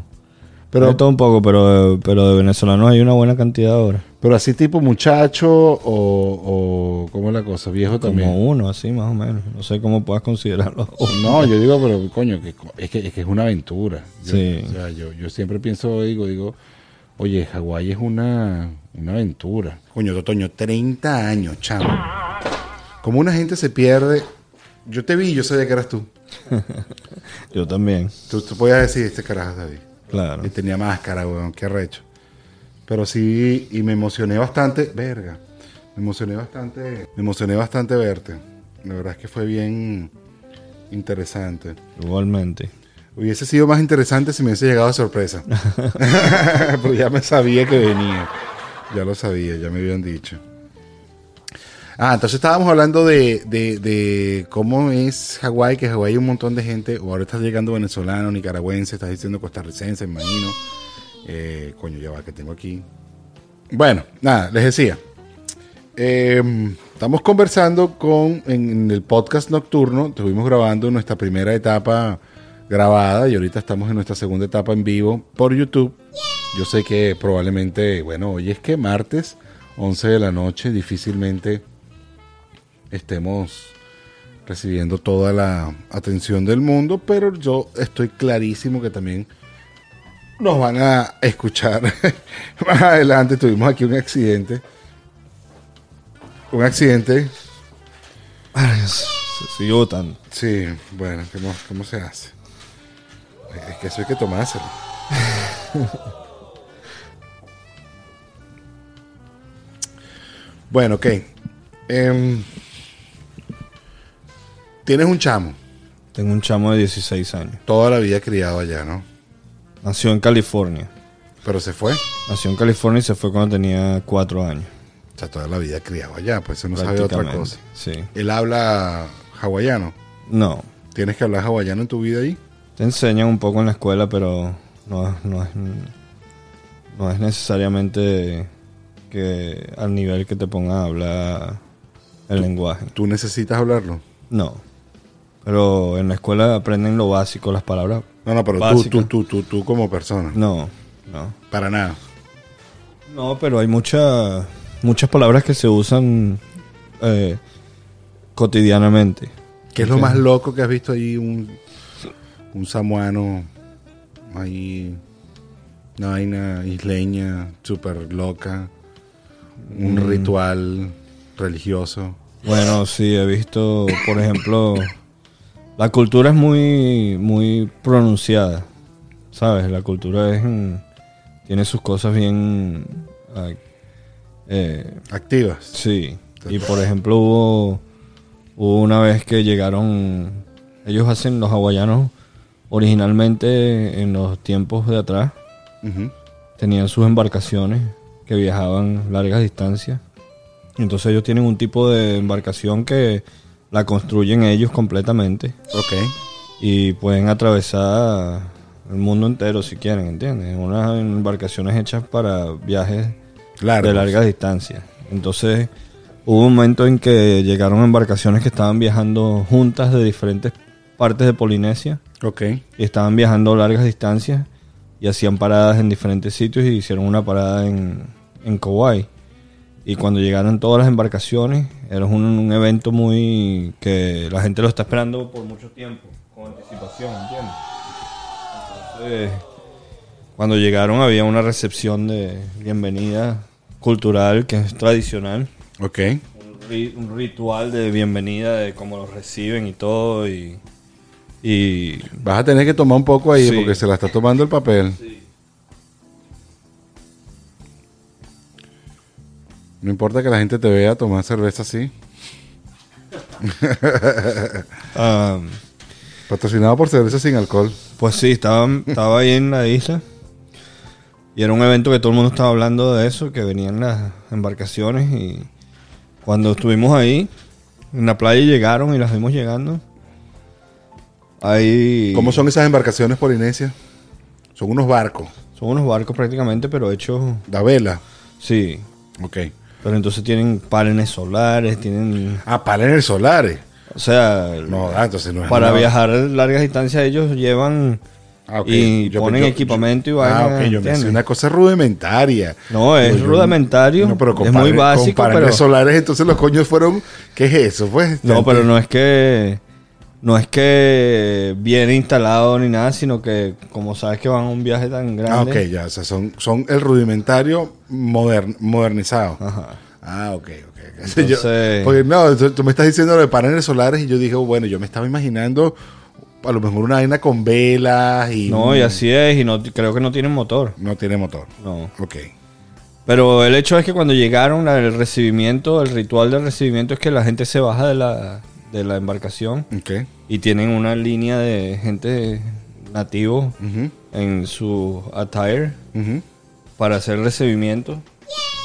[SPEAKER 1] Pero-
[SPEAKER 2] Hay de todo un poco, pero, pero de venezolanos hay una buena cantidad ahora.
[SPEAKER 1] Pero así tipo muchacho o, o ¿cómo es la cosa? Viejo también.
[SPEAKER 2] Como uno, así más o menos. No sé cómo puedas considerarlo.
[SPEAKER 1] No, yo digo, pero coño, que co- es, que, es que es una aventura. Yo,
[SPEAKER 2] Sí.
[SPEAKER 1] o sea, yo, yo siempre pienso, digo, digo, oye, Hawái es una, una aventura. Coño, Totoño, 30 años, chamo. Como una gente se pierde. Yo te vi, yo sabía que eras tú.
[SPEAKER 2] Yo también,
[SPEAKER 1] Tú, tú podías decir, este carajo es David.
[SPEAKER 2] claro.
[SPEAKER 1] Y tenía máscara, weón, qué arrecho. Pero sí, y me emocioné bastante, verga. Me emocioné bastante, me emocioné bastante verte. La verdad es que fue bien interesante.
[SPEAKER 2] Igualmente.
[SPEAKER 1] Hubiese sido más interesante si me hubiese llegado de sorpresa. Pero ya me sabía que venía. Ya lo sabía, ya me habían dicho. Ah, entonces estábamos hablando de, de- de cómo es Hawái, que Hawái hay un montón de gente, o ahora estás llegando venezolano, nicaragüense, estás diciendo costarricense, me imagino. Eh, coño, ya va, que tengo aquí. Bueno, nada, les decía. Eh, estamos conversando con en, en el podcast nocturno. Estuvimos grabando nuestra primera etapa grabada y ahorita estamos en nuestra segunda etapa en vivo por YouTube. Yo sé que probablemente, bueno, hoy es que martes, 11 de la noche, difícilmente estemos recibiendo toda la atención del mundo, pero yo estoy clarísimo que también nos van a escuchar. Más adelante tuvimos aquí un accidente. Un accidente.
[SPEAKER 2] Ay, se- se- Sigo votando.
[SPEAKER 1] Sí, bueno, ¿cómo, cómo se hace? Es que eso hay que tomárselo. bueno, ok. Em, tienes un chamo,
[SPEAKER 2] Tengo un chamo de 16 años.
[SPEAKER 1] toda la vida criado allá, ¿no?
[SPEAKER 2] Nació en California.
[SPEAKER 1] Pero se fue.
[SPEAKER 2] Nació en California y se fue cuando tenía 4 años.
[SPEAKER 1] O sea, toda la vida criado allá, pues eso no sabe otra
[SPEAKER 2] prácticamente.
[SPEAKER 1] cosa.
[SPEAKER 2] Sí.
[SPEAKER 1] Él habla hawaiano.
[SPEAKER 2] No.
[SPEAKER 1] ¿Tienes que hablar hawaiano en tu vida ahí?
[SPEAKER 2] Te enseñan un poco en la escuela, pero no, es- no es, no es necesariamente que al nivel que te pongan a hablar el lenguaje.
[SPEAKER 1] ¿Tú necesitas hablarlo?
[SPEAKER 2] No. Pero en la escuela aprenden lo básico, las palabras.
[SPEAKER 1] No, no, pero tú,
[SPEAKER 2] Básica.
[SPEAKER 1] tú, tú, tú, tú como persona.
[SPEAKER 2] No, no.
[SPEAKER 1] Para nada.
[SPEAKER 2] No, pero hay mucha- muchas palabras que se usan eh, cotidianamente.
[SPEAKER 1] ¿Qué es lo más loco que has visto ahí? Un, un samuano ahí, una vaina isleña súper loca, un ritual religioso.
[SPEAKER 2] Bueno, sí, he visto, por ejemplo, la cultura es muy, muy pronunciada, ¿sabes? La cultura es, mm, tiene sus cosas bien, ah, eh,
[SPEAKER 1] Activas.
[SPEAKER 2] sí. Y por ejemplo hubo, hubo una vez que llegaron, ellos hacen los hawaianos originalmente en los tiempos de atrás,
[SPEAKER 1] Ujú.
[SPEAKER 2] tenían sus embarcaciones que viajaban largas distancias. Entonces ellos tienen un tipo de embarcación que la construyen ellos completamente
[SPEAKER 1] Ok.
[SPEAKER 2] y pueden atravesar el mundo entero si quieren, ¿entiendes? Unas embarcaciones hechas para viajes
[SPEAKER 1] Largos.
[SPEAKER 2] de largas distancias. Entonces hubo un momento en que llegaron embarcaciones que estaban viajando juntas de diferentes partes de Polinesia
[SPEAKER 1] Ok.
[SPEAKER 2] y estaban viajando largas distancias y hacían paradas en diferentes sitios y hicieron una parada en, en Kauai. Y cuando llegaron todas las embarcaciones, era un, un evento muy que la gente lo está esperando por mucho tiempo, con anticipación, ¿entiendes? Entonces, Cuando llegaron había una recepción de bienvenida cultural que es tradicional.
[SPEAKER 1] Ok.
[SPEAKER 2] Un, ri- un ritual de bienvenida de cómo los reciben y todo. Y, y
[SPEAKER 1] Vas a tener que tomar un poco ahí
[SPEAKER 2] Sí.
[SPEAKER 1] porque se la está tomando el papel. No importa que la gente te vea tomar cerveza así.
[SPEAKER 2] ah,
[SPEAKER 1] Patrocinado por cerveza sin alcohol.
[SPEAKER 2] pues sí, estaba, estaba ahí en la isla. Y era un evento que todo el mundo estaba hablando de eso, que venían las embarcaciones. Y cuando estuvimos ahí, en la playa llegaron y las vimos llegando. Ahí.
[SPEAKER 1] ¿Cómo son esas embarcaciones polinesias? Son unos barcos.
[SPEAKER 2] Son unos barcos prácticamente, pero hechos.
[SPEAKER 1] Da vela.
[SPEAKER 2] Sí.
[SPEAKER 1] Ok.
[SPEAKER 2] Pero entonces tienen paneles solares, tienen.
[SPEAKER 1] Ah, paneles solares.
[SPEAKER 2] O sea.
[SPEAKER 1] No, ah, entonces no es
[SPEAKER 2] Para
[SPEAKER 1] nada.
[SPEAKER 2] viajar largas distancias ellos llevan
[SPEAKER 1] Ah, ok.
[SPEAKER 2] y
[SPEAKER 1] Yo-
[SPEAKER 2] ponen
[SPEAKER 1] yo-
[SPEAKER 2] equipamiento y
[SPEAKER 1] yo-
[SPEAKER 2] vaina.
[SPEAKER 1] Ah, ok, yo me
[SPEAKER 2] ¿entiendes?
[SPEAKER 1] hice una cosa rudimentaria. Pues
[SPEAKER 2] No, es
[SPEAKER 1] yo-
[SPEAKER 2] rudimentario, es muy
[SPEAKER 1] paneles-
[SPEAKER 2] básico,
[SPEAKER 1] Con paneles
[SPEAKER 2] pero-
[SPEAKER 1] solares, entonces los coños fueron. ¿Qué es eso? Pues.
[SPEAKER 2] No, pero no es que no es que viene instalado ni nada, sino que como sabes que van a un viaje tan grande.
[SPEAKER 1] Ah, ok, ya. O sea, son, son el rudimentario modern- modernizado.
[SPEAKER 2] Ajá.
[SPEAKER 1] Ah, ok, ok.
[SPEAKER 2] Entonces-
[SPEAKER 1] Yo- porque no, tú, tú me estás diciendo lo de paneles solares y yo dije, oh, bueno, yo me estaba imaginando a lo mejor una vaina con velas y.
[SPEAKER 2] No, y así es y no creo que no tienen motor.
[SPEAKER 1] No tiene motor.
[SPEAKER 2] No.
[SPEAKER 1] Ok.
[SPEAKER 2] Pero el hecho es que cuando llegaron el recibimiento, el ritual del recibimiento es que la gente se baja de la de la embarcación
[SPEAKER 1] Ok.
[SPEAKER 2] y tienen una línea de gente nativo
[SPEAKER 1] Ujú,
[SPEAKER 2] en su attire
[SPEAKER 1] ujú.
[SPEAKER 2] para hacer recibimiento.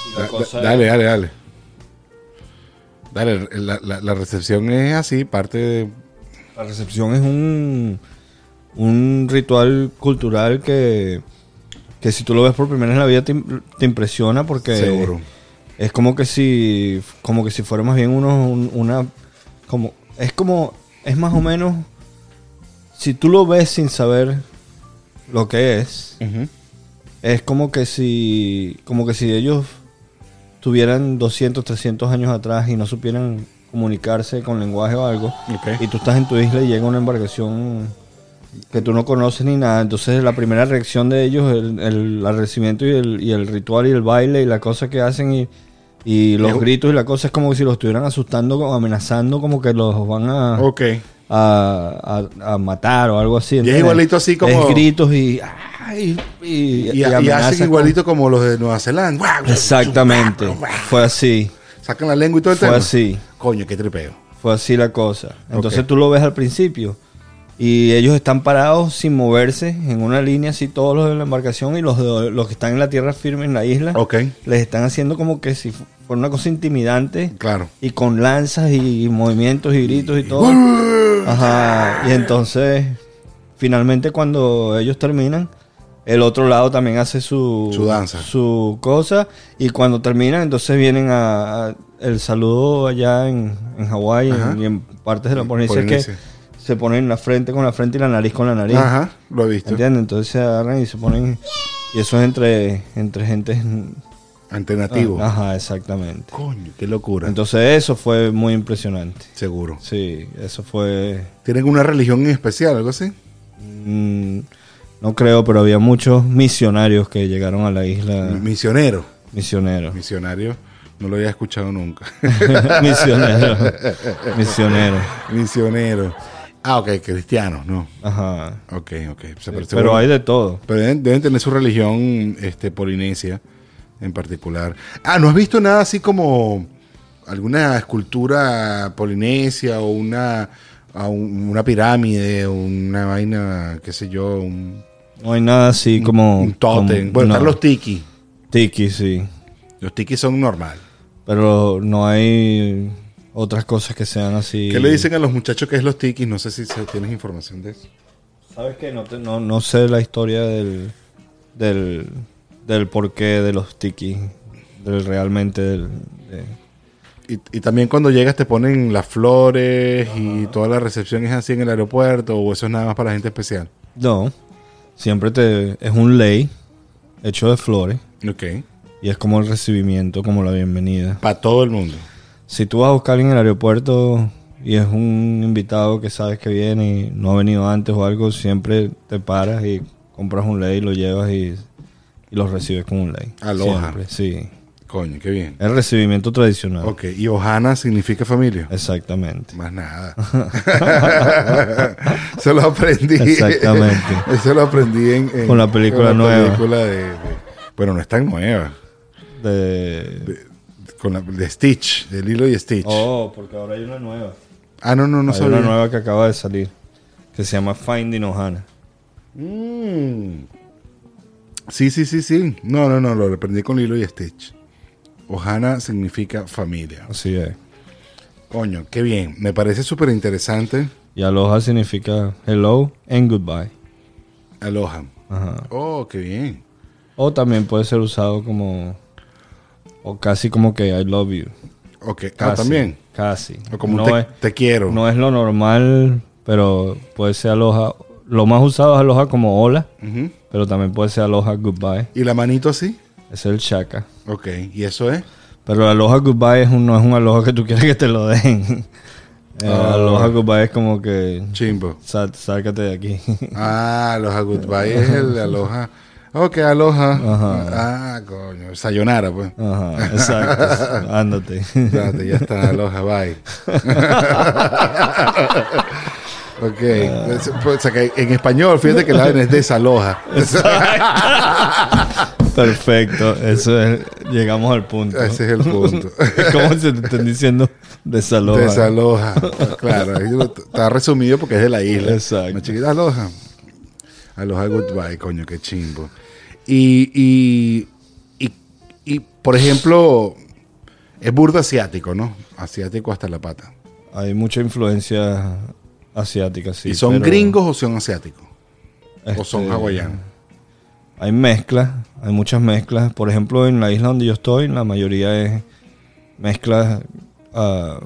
[SPEAKER 2] Y la
[SPEAKER 1] Da-
[SPEAKER 2] cosa
[SPEAKER 1] da-
[SPEAKER 2] es-
[SPEAKER 1] dale, dale, dale. Dale, la, la- la recepción es así, parte de.
[SPEAKER 2] La recepción es un, un ritual cultural que, que si tú lo ves por primera vez en la vida te, im- te impresiona porque
[SPEAKER 1] Seguro.
[SPEAKER 2] es como que si como que si fuera más bien uno, un- una como es como es más o menos si tú lo ves sin saber lo que es
[SPEAKER 1] Ujú.
[SPEAKER 2] es como que si como que si ellos tuvieran 200, 300 años atrás y no supieran comunicarse con lenguaje o algo
[SPEAKER 1] Ok.
[SPEAKER 2] y tú estás en tu isla y llega una embarcación que tú no conoces ni nada, entonces la primera reacción de ellos, el, el, el recibimiento y el, y el ritual y el baile y la cosa que hacen y, y los
[SPEAKER 1] Es-
[SPEAKER 2] gritos y la cosa es como que si los estuvieran asustando o amenazando como que los van a
[SPEAKER 1] Ok.
[SPEAKER 2] a, a- a matar o algo así. ¿entiendes?
[SPEAKER 1] igualito así como-
[SPEAKER 2] Es gritos y... ay, y, y-
[SPEAKER 1] Y,
[SPEAKER 2] y
[SPEAKER 1] y
[SPEAKER 2] amenazas
[SPEAKER 1] hacen
[SPEAKER 2] con-
[SPEAKER 1] igualito como los de Nueva Zelanda.
[SPEAKER 2] Exactamente. Fue así.
[SPEAKER 1] Sacan la lengua y todo el
[SPEAKER 2] Fue
[SPEAKER 1] tema.
[SPEAKER 2] así.
[SPEAKER 1] Coño, qué tripeo.
[SPEAKER 2] Fue así la cosa. Entonces
[SPEAKER 1] Ok.
[SPEAKER 2] tú lo ves al principio. Y ellos están parados sin moverse en una línea así todos los de la embarcación y los, de- los que están en la tierra firme en la isla
[SPEAKER 1] Ok.
[SPEAKER 2] les están haciendo como que si fu- fuera una cosa intimidante
[SPEAKER 1] Claro.
[SPEAKER 2] y con lanzas y movimientos y gritos y todo.
[SPEAKER 1] ¡Ah!
[SPEAKER 2] Ajá. Y entonces, finalmente cuando ellos terminan, el otro lado también hace su,
[SPEAKER 1] Su danza.
[SPEAKER 2] su cosa. Y cuando terminan, entonces vienen a, a- el saludo allá en, en Hawái
[SPEAKER 1] Ajá.
[SPEAKER 2] en- y en partes de la Polinesia,
[SPEAKER 1] Polinesia.
[SPEAKER 2] que se ponen la frente con la frente y la nariz con la nariz.
[SPEAKER 1] Ajá, lo he visto.
[SPEAKER 2] ¿Entiendes? Entonces se agarran y se ponen... Y eso es entre, entre gente...
[SPEAKER 1] Alternativo.
[SPEAKER 2] Ajá, exactamente.
[SPEAKER 1] Coño, qué locura.
[SPEAKER 2] Entonces eso fue muy impresionante.
[SPEAKER 1] Seguro.
[SPEAKER 2] Sí, eso fue...
[SPEAKER 1] ¿Tienen una religión en especial, algo así?
[SPEAKER 2] mm, no creo, pero había muchos misionarios que llegaron a la isla.
[SPEAKER 1] Misionero.
[SPEAKER 2] Misioneros.
[SPEAKER 1] Misionario, no lo había escuchado nunca.
[SPEAKER 2] misioneros. misioneros.
[SPEAKER 1] Misionero. Ah, ok, cristianos, no.
[SPEAKER 2] Ajá.
[SPEAKER 1] Ok, ok. O sea,
[SPEAKER 2] Pero,
[SPEAKER 1] seguro-
[SPEAKER 2] hay de todo.
[SPEAKER 1] pero deben, deben tener su religión este, polinesia en particular. Ah, ¿no has visto nada así como alguna escultura polinesia o una, a un- una pirámide o una vaina, qué sé yo, un,
[SPEAKER 2] No hay nada así como...
[SPEAKER 1] un tótem?
[SPEAKER 2] como-
[SPEAKER 1] bueno,
[SPEAKER 2] no.
[SPEAKER 1] están los tiki.
[SPEAKER 2] tiki, sí.
[SPEAKER 1] Los tiki son normal.
[SPEAKER 2] Pero no hay otras cosas que sean así.
[SPEAKER 1] ¿Qué le dicen a los muchachos que es los tikis? No sé si se- tienes información de eso.
[SPEAKER 2] ¿Sabes qué? No, te- no, no sé la historia del, del, del porqué de los tiki. Del realmente del... de-
[SPEAKER 1] Y, y también cuando llegas te ponen las flores y toda la recepción es así en el aeropuerto o eso es nada más para gente especial.
[SPEAKER 2] No, siempre te es un ley hecho de flores
[SPEAKER 1] Ok.
[SPEAKER 2] y es como el recibimiento, como la bienvenida.
[SPEAKER 1] Para todo el mundo.
[SPEAKER 2] Si tú vas a buscar en el aeropuerto y es un invitado que sabes que viene y no ha venido antes o algo, siempre te paras y compras un ley, lo llevas y, y los recibes con un ley.
[SPEAKER 1] Aloha.
[SPEAKER 2] Siempre, sí.
[SPEAKER 1] Coño, qué bien.
[SPEAKER 2] El recibimiento tradicional.
[SPEAKER 1] Ok, y Ohana significa familia.
[SPEAKER 2] Eh, Exactamente.
[SPEAKER 1] Más nada. Se lo aprendí.
[SPEAKER 2] Exactamente.
[SPEAKER 1] Eso lo aprendí en, en-
[SPEAKER 2] Con la película
[SPEAKER 1] con la
[SPEAKER 2] nueva.
[SPEAKER 1] película de- de- bueno, no es tan nueva.
[SPEAKER 2] De...
[SPEAKER 1] Con la de Stitch, de Lilo y Stitch.
[SPEAKER 2] Oh, porque ahora hay una nueva.
[SPEAKER 1] Ah, no, no, no
[SPEAKER 2] hay una
[SPEAKER 1] sabía.
[SPEAKER 2] nueva que acaba de salir. Que se llama Finding Ohana.
[SPEAKER 1] Mm. Sí, sí, sí, sí. No, no, no, lo aprendí con Lilo y Stitch. Ohana significa familia.
[SPEAKER 2] Así es.
[SPEAKER 1] Coño, qué bien. Me parece súper interesante.
[SPEAKER 2] Y aloha significa hello and goodbye.
[SPEAKER 1] Aloha.
[SPEAKER 2] Ajá.
[SPEAKER 1] Oh, qué bien.
[SPEAKER 2] O también puede ser usado como. O casi como que I love you.
[SPEAKER 1] Ok, ah,
[SPEAKER 2] Casi,
[SPEAKER 1] también.
[SPEAKER 2] Casi.
[SPEAKER 1] O como
[SPEAKER 2] no,
[SPEAKER 1] te,
[SPEAKER 2] es,
[SPEAKER 1] te quiero.
[SPEAKER 2] no es lo normal, pero puede ser aloha. Lo más usado es aloha como hola,
[SPEAKER 1] Ujú.
[SPEAKER 2] pero también puede ser aloha goodbye.
[SPEAKER 1] ¿Y la manito así?
[SPEAKER 2] Es el chaka.
[SPEAKER 1] Ok, ¿y eso es?
[SPEAKER 2] Pero aloha goodbye es un- no es un aloha que tú quieres que te lo den. Eh,
[SPEAKER 1] Ah.
[SPEAKER 2] aloha goodbye es como que.
[SPEAKER 1] Chimbo.
[SPEAKER 2] "Sá- Sácate de aquí.
[SPEAKER 1] Ah, aloha goodbye es el aloha. Ok, aloha. Ah, coño. Sayonara, pues.
[SPEAKER 2] Ajá, exacto. Ándate.
[SPEAKER 1] Date, ya está, aloha, bye. ok.
[SPEAKER 2] Ah.
[SPEAKER 1] Es- pues, o sea, que en español, fíjate que la vaina es desaloja.
[SPEAKER 2] Perfecto, eso es. Llegamos al punto.
[SPEAKER 1] Ese es el punto.
[SPEAKER 2] Es como si te estén diciendo desaloja.
[SPEAKER 1] Desaloja. Claro, ahí lo- está resumido porque es de la isla.
[SPEAKER 2] Exacto.
[SPEAKER 1] Una chiquita, aloha. Aloha, goodbye, coño, qué chimbo. Y, y, y, y, por ejemplo, es burdo asiático, ¿no? Asiático hasta la pata.
[SPEAKER 2] Hay mucha influencia asiática, sí.
[SPEAKER 1] ¿Y son
[SPEAKER 2] pero,
[SPEAKER 1] gringos o son asiáticos? ¿O
[SPEAKER 2] este,
[SPEAKER 1] son hawaianos?
[SPEAKER 2] Hay mezclas, hay muchas mezclas. Por ejemplo, en la isla donde yo estoy, la mayoría es mezclas ah,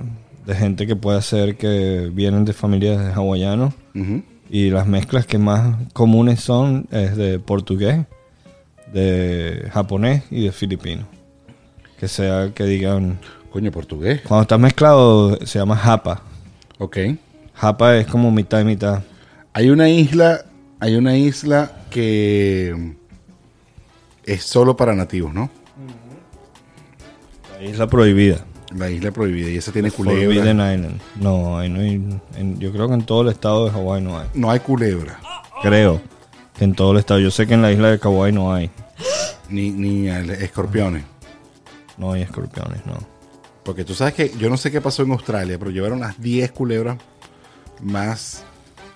[SPEAKER 2] de gente que puede ser que vienen de familias de hawaianos.
[SPEAKER 1] Ujú.
[SPEAKER 2] Y las mezclas que más comunes son es de portugués, de japonés y de filipino. Que sea que digan.
[SPEAKER 1] Coño, portugués.
[SPEAKER 2] Cuando está mezclado se llama japa.
[SPEAKER 1] Ok.
[SPEAKER 2] Japa es como mitad y mitad.
[SPEAKER 1] Hay una isla, hay una isla que es solo para nativos, ¿no?
[SPEAKER 2] La isla prohibida.
[SPEAKER 1] La isla prohibida y esa tiene culebra.
[SPEAKER 2] Forbidden Island. No, ahí no hay- en- yo creo que en todo el estado de Hawái no hay.
[SPEAKER 1] No hay culebra.
[SPEAKER 2] Creo que en todo el estado. Yo sé que en la isla de Hawái no hay.
[SPEAKER 1] ni, ni al- escorpiones.
[SPEAKER 2] No hay escorpiones, no.
[SPEAKER 1] Porque tú sabes que yo no sé qué pasó en Australia, pero llevaron las 10 culebras más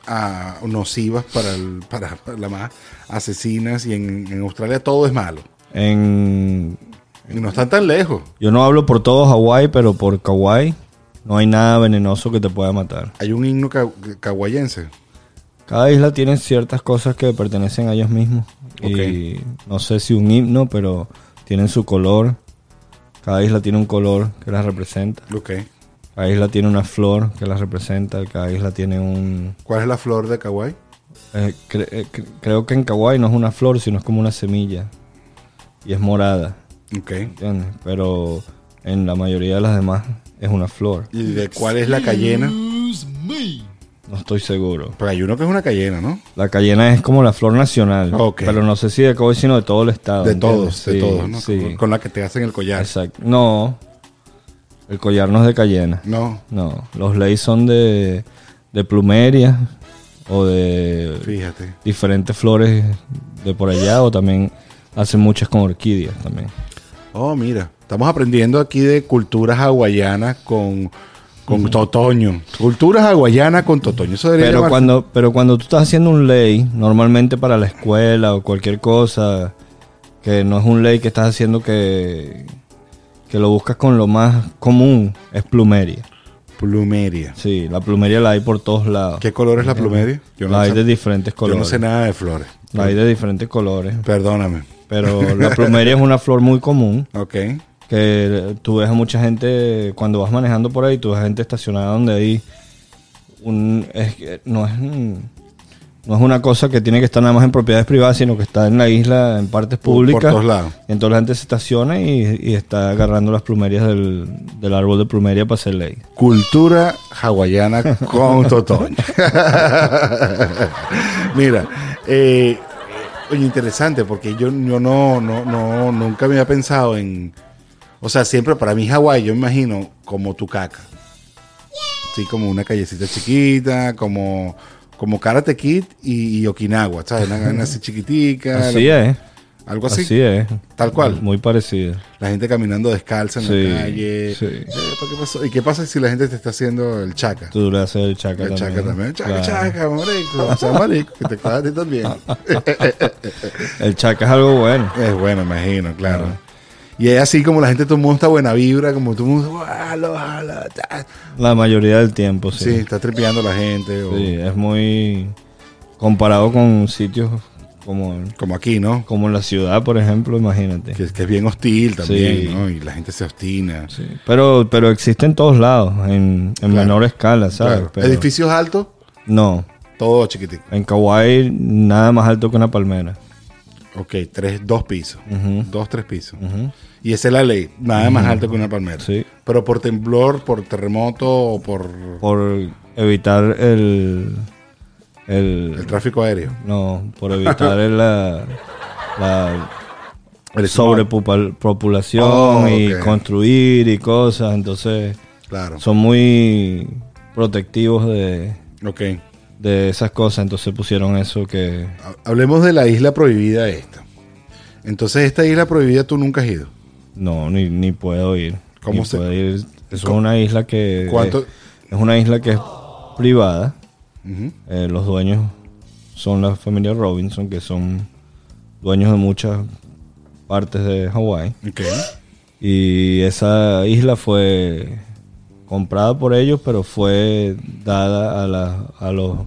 [SPEAKER 1] ah, nocivas para, el- para las más asesinas y en, en Australia todo es malo.
[SPEAKER 2] En
[SPEAKER 1] Y no están tan lejos.
[SPEAKER 2] Yo no hablo por todo Hawái, pero por Kauai no hay nada venenoso que te pueda matar.
[SPEAKER 1] Hay un himno ca- cahuayense.
[SPEAKER 2] Cada isla tiene ciertas cosas que pertenecen a ellos mismos. Y no sé si un himno, pero tienen su color. Cada isla tiene un color que las representa.
[SPEAKER 1] Ok.
[SPEAKER 2] Cada isla tiene una flor que las representa. Cada isla tiene un...
[SPEAKER 1] ¿Cuál es la flor de Kauai?
[SPEAKER 2] eh, cre- eh, cre- creo que en Kauai no es una flor, sino es como una semilla. Y es morada,
[SPEAKER 1] Ok.
[SPEAKER 2] ¿entiendes? Pero en la mayoría de las demás es una flor.
[SPEAKER 1] ¿Y de cuál es la cayena?
[SPEAKER 2] No estoy seguro.
[SPEAKER 1] Pero hay uno que es una cayena, ¿no?
[SPEAKER 2] La cayena es como la flor nacional.
[SPEAKER 1] Ok.
[SPEAKER 2] Pero no sé si de Cabo, sino de todo el estado.
[SPEAKER 1] De todos,
[SPEAKER 2] ¿entiendes?
[SPEAKER 1] de
[SPEAKER 2] Sí,
[SPEAKER 1] todos, ¿no?
[SPEAKER 2] Sí.
[SPEAKER 1] Con- Con la que te hacen el collar.
[SPEAKER 2] Exacto. No. El collar no es de cayena.
[SPEAKER 1] No,
[SPEAKER 2] No. Los leyes son de, de plumeria o de
[SPEAKER 1] fíjate.
[SPEAKER 2] diferentes flores de por allá o también hacen muchas con orquídeas también.
[SPEAKER 1] Oh, mira. Estamos aprendiendo aquí de culturas hawaianas con, con Totoño. Culturas hawaianas con Totoño. Eso debería
[SPEAKER 2] Pero
[SPEAKER 1] llamarse-
[SPEAKER 2] cuando, pero cuando tú estás haciendo un ley, normalmente para la escuela o cualquier cosa, que no es un ley que estás haciendo que, que lo buscas con lo más común, es plumeria.
[SPEAKER 1] Plumeria.
[SPEAKER 2] Sí, la plumeria la hay por todos lados.
[SPEAKER 1] ¿Qué color es la plumeria? Yo
[SPEAKER 2] la
[SPEAKER 1] no,
[SPEAKER 2] hay
[SPEAKER 1] sé,
[SPEAKER 2] de diferentes
[SPEAKER 1] yo
[SPEAKER 2] colores.
[SPEAKER 1] no sé nada de flores.
[SPEAKER 2] La hay de diferentes colores.
[SPEAKER 1] Perdóname.
[SPEAKER 2] Pero la plumeria es una flor muy común.
[SPEAKER 1] Ok.
[SPEAKER 2] que tú ves a mucha gente cuando vas manejando por ahí, tú ves gente estacionada donde hay un es que no es un- no es una cosa que tiene que estar nada más en propiedades privadas, sino que está en la isla en partes
[SPEAKER 1] Por- por
[SPEAKER 2] públicas.
[SPEAKER 1] todos lados.
[SPEAKER 2] Entonces la gente se estaciona y, y está agarrando las plumerias del, del árbol de plumeria para hacer ley.
[SPEAKER 1] Cultura hawaiana con Totoño. Mira, eh, Oye, interesante, porque yo, yo no, no, no, nunca me había pensado en. O sea, siempre para mí Hawái, yo me imagino como tu caca. Sí, como una callecita chiquita, como, como Karate Kid y, y Okinawa, ¿sabes? Una, una así chiquitica.
[SPEAKER 2] Así
[SPEAKER 1] la-
[SPEAKER 2] es.
[SPEAKER 1] Algo así.
[SPEAKER 2] Así, es.
[SPEAKER 1] Tal cual.
[SPEAKER 2] Muy parecido.
[SPEAKER 1] La gente caminando descalza en
[SPEAKER 2] Sí,
[SPEAKER 1] la calle.
[SPEAKER 2] sí.
[SPEAKER 1] Eh, ¿pa' qué pasó? ¿Y qué pasa si la gente te está haciendo el chaca?
[SPEAKER 2] Tú le haces el chaca
[SPEAKER 1] El
[SPEAKER 2] también.
[SPEAKER 1] chaca también. Chaca,
[SPEAKER 2] Claro.
[SPEAKER 1] chaca, marico. O sea, marico, que te cagas a ti también.
[SPEAKER 2] El chaca es algo bueno.
[SPEAKER 1] Es bueno, imagino, claro. Y es así como la gente, todo el mundo está buena vibra, como todo el mundo, "Gualo, gualo", ta.
[SPEAKER 2] La mayoría del tiempo,
[SPEAKER 1] Sí,
[SPEAKER 2] sí.
[SPEAKER 1] está tripeando la gente, o-
[SPEAKER 2] Sí, es muy comparado con sitios como,
[SPEAKER 1] como aquí, ¿no?
[SPEAKER 2] como la ciudad, por ejemplo, imagínate.
[SPEAKER 1] Que, que es bien hostil también,
[SPEAKER 2] Sí.
[SPEAKER 1] ¿no? Y la gente se obstina.
[SPEAKER 2] Sí, Pero, pero existe en todos lados, en, en menor escala, ¿sabes?
[SPEAKER 1] Claro.
[SPEAKER 2] Pero-
[SPEAKER 1] Edificios altos,
[SPEAKER 2] No,
[SPEAKER 1] todo chiquitico.
[SPEAKER 2] en Kauai nada más alto que una palmera.
[SPEAKER 1] Ok, tres, dos pisos. Dos, tres pisos.
[SPEAKER 2] Ujú.
[SPEAKER 1] Y esa es la ley. Nada más alto que una palmera.
[SPEAKER 2] Sí.
[SPEAKER 1] Pero por temblor, por terremoto o por
[SPEAKER 2] Por evitar el...
[SPEAKER 1] el
[SPEAKER 2] el
[SPEAKER 1] tráfico aéreo.
[SPEAKER 2] no, por evitar el- la, la
[SPEAKER 1] El
[SPEAKER 2] sobrepopulación
[SPEAKER 1] Oh,
[SPEAKER 2] y
[SPEAKER 1] ok.
[SPEAKER 2] construir y cosas. Entonces
[SPEAKER 1] Claro.
[SPEAKER 2] son muy protectivos de,
[SPEAKER 1] Ok.
[SPEAKER 2] de esas cosas. Entonces pusieron eso que...
[SPEAKER 1] Ha- Hablemos de la isla prohibida esta. Entonces, esta isla prohibida tú nunca has ido.
[SPEAKER 2] No, ni, ni puedo ir.
[SPEAKER 1] ¿Cómo
[SPEAKER 2] Ni
[SPEAKER 1] se-
[SPEAKER 2] puedo ir. Eso Es
[SPEAKER 1] ¿Cómo-
[SPEAKER 2] una isla que.
[SPEAKER 1] ¿Cuánto?
[SPEAKER 2] Es, es una isla que es privada.
[SPEAKER 1] Ujú.
[SPEAKER 2] Eh, los dueños son la familia Robinson, que son dueños de muchas partes de Hawái.
[SPEAKER 1] Ok.
[SPEAKER 2] Y esa isla fue comprada por ellos, pero fue dada a, la- a los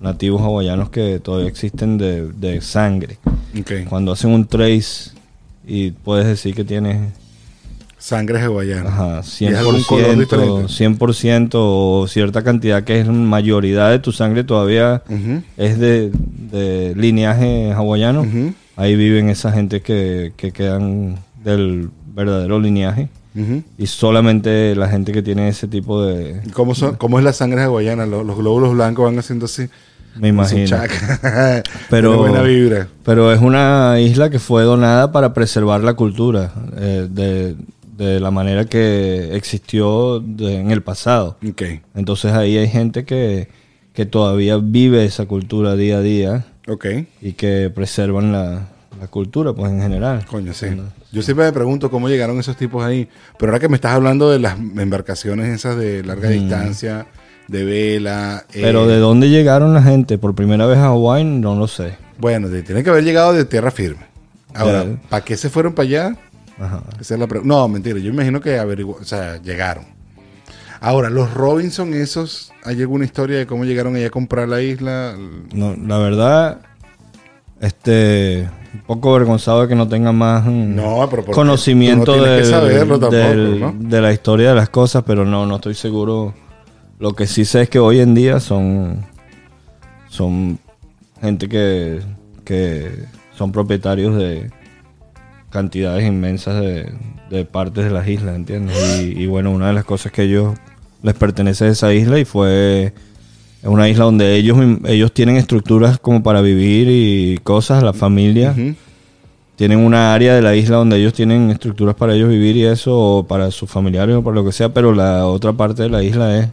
[SPEAKER 2] nativos hawaianos que todavía existen de, de sangre.
[SPEAKER 1] Ok.
[SPEAKER 2] Cuando hacen un trace y puedes decir que tienes
[SPEAKER 1] Sangre hawaiana.
[SPEAKER 2] Ajá,
[SPEAKER 1] ¿Y es algún color
[SPEAKER 2] 100%,
[SPEAKER 1] diferente?
[SPEAKER 2] 100% o cierta cantidad que es mayoría de tu sangre todavía
[SPEAKER 1] Ujú.
[SPEAKER 2] es de, de lineaje hawaiano.
[SPEAKER 1] Ujú.
[SPEAKER 2] Ahí viven esa gente que, que quedan del verdadero lineaje.
[SPEAKER 1] Ujú.
[SPEAKER 2] Y solamente la gente que tiene ese tipo de...
[SPEAKER 1] ¿Y ¿Cómo, son, ¿Cómo es la sangre hawaiana? Los, los glóbulos blancos van haciendo así.
[SPEAKER 2] Me
[SPEAKER 1] con su
[SPEAKER 2] imagino.
[SPEAKER 1] chaca.
[SPEAKER 2] Pero-
[SPEAKER 1] Tiene buena vibra.
[SPEAKER 2] Pero es una isla que fue donada para preservar la cultura eh, de, de la manera que existió de- en el pasado.
[SPEAKER 1] Ok.
[SPEAKER 2] Entonces ahí hay gente que, que todavía vive esa cultura día a día
[SPEAKER 1] Ok.
[SPEAKER 2] y que preservan la, la cultura, pues en general.
[SPEAKER 1] Coño, sí. Yo siempre me pregunto cómo llegaron esos tipos ahí. Pero ahora que me estás hablando de las embarcaciones esas de larga distancia, de vela. eh,
[SPEAKER 2] Pero de dónde llegaron la gente por primera vez a Hawái, no lo sé.
[SPEAKER 1] Bueno, de- tiene que haber llegado de tierra firme. Ahora,
[SPEAKER 2] Ya.
[SPEAKER 1] ¿para qué se fueron para allá?
[SPEAKER 2] Ajá.
[SPEAKER 1] Esa es la pre- No, mentira. Yo imagino que averigua- o sea, llegaron. Ahora, los Robinson esos, ¿hay alguna historia de cómo llegaron allá a comprar la isla?
[SPEAKER 2] No, la verdad, este, un poco avergonzado de que no tenga más mm,
[SPEAKER 1] No, pero porque
[SPEAKER 2] conocimiento
[SPEAKER 1] tú no tienes que
[SPEAKER 2] del-
[SPEAKER 1] saberlo tampoco,
[SPEAKER 2] del-
[SPEAKER 1] ¿no?
[SPEAKER 2] de la historia de las cosas, pero no, no estoy seguro. Lo que sí sé es que hoy en día son, son gente que, que son propietarios de cantidades inmensas de, de partes de las islas, ¿entiendes? Y, y bueno, una de las cosas que ellos les pertenece a esa isla y fue es una isla donde ellos, ellos tienen estructuras como para vivir y cosas, la familia.
[SPEAKER 1] Ujú.
[SPEAKER 2] Tienen una área de la isla donde ellos tienen estructuras para ellos vivir y eso, o para sus familiares o para lo que sea, pero la otra parte de la isla es,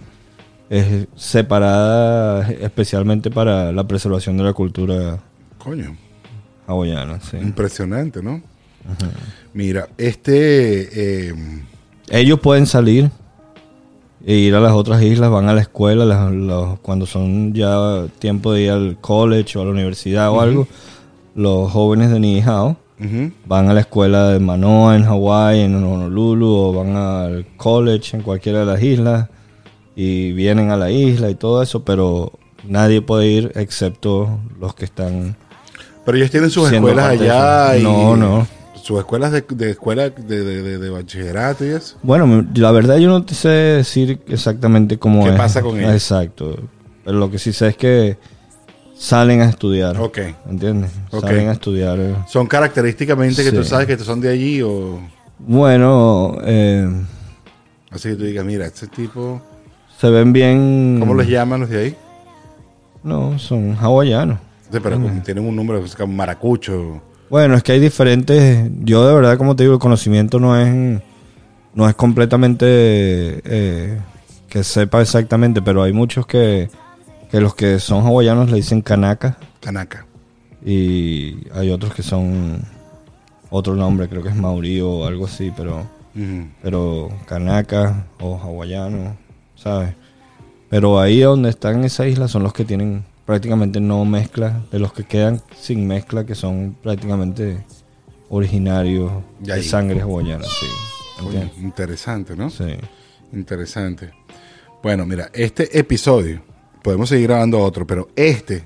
[SPEAKER 2] es separada especialmente para la preservación de la cultura
[SPEAKER 1] Coño,
[SPEAKER 2] hawaiana. sí.
[SPEAKER 1] impresionante, ¿no? Mira, este... eh,
[SPEAKER 2] Ellos pueden salir e ir a las otras islas, van a la escuela, las- los- cuando son ya tiempo de ir al college o a la universidad o algo, los jóvenes de Nihao
[SPEAKER 1] ujú.
[SPEAKER 2] van a la escuela de Manoa en Hawái, en Honolulu, o van al college en cualquiera de las islas y vienen a la isla y todo eso, pero nadie puede ir excepto los que están...
[SPEAKER 1] Pero ellos tienen sus
[SPEAKER 2] Siendo
[SPEAKER 1] escuelas
[SPEAKER 2] parte de
[SPEAKER 1] allá
[SPEAKER 2] eso.
[SPEAKER 1] y...
[SPEAKER 2] No, no.
[SPEAKER 1] Sus escuelas de, de escuela de, de- de- de bachillerato y eso.
[SPEAKER 2] Bueno, m- la verdad yo no te sé decir exactamente cómo
[SPEAKER 1] ¿Qué
[SPEAKER 2] es.
[SPEAKER 1] pasa con ellos?
[SPEAKER 2] Exacto. Pero lo que sí sé es que salen a estudiar.
[SPEAKER 1] Ok.
[SPEAKER 2] ¿Entiendes?
[SPEAKER 1] Ok.
[SPEAKER 2] Salen a estudiar. eh.
[SPEAKER 1] ¿Son característicamente que tú
[SPEAKER 2] Sí.
[SPEAKER 1] sabes que son de allí o...?
[SPEAKER 2] Bueno, eh,
[SPEAKER 1] Así que tú digas, mira, este tipo...
[SPEAKER 2] se ven bien...
[SPEAKER 1] ¿Cómo los llaman los de ahí?
[SPEAKER 2] No, son hawaianos.
[SPEAKER 1] Sí, pero como tienen un número que se llama maracucho.
[SPEAKER 2] Bueno, es que hay diferentes. Yo de verdad, como te digo, el conocimiento no es no es completamente eh, que sepa exactamente, pero hay muchos que, que los que son hawaianos le dicen canacas
[SPEAKER 1] Canaca.
[SPEAKER 2] y hay otros que son otro nombre, creo que es maurí o algo así, pero
[SPEAKER 1] Ujú.
[SPEAKER 2] pero canacas o hawaianos, ¿sabes? Pero ahí donde están esas islas son los que tienen prácticamente no mezcla, de los que quedan sin mezcla, que son prácticamente originarios
[SPEAKER 1] De
[SPEAKER 2] de
[SPEAKER 1] ahí.
[SPEAKER 2] sangre hawaiana, sí.
[SPEAKER 1] Coño,
[SPEAKER 2] ¿entiendes?
[SPEAKER 1] Interesante, ¿no?
[SPEAKER 2] Sí.
[SPEAKER 1] Interesante. Bueno, mira, este episodio, podemos seguir grabando otro, pero este,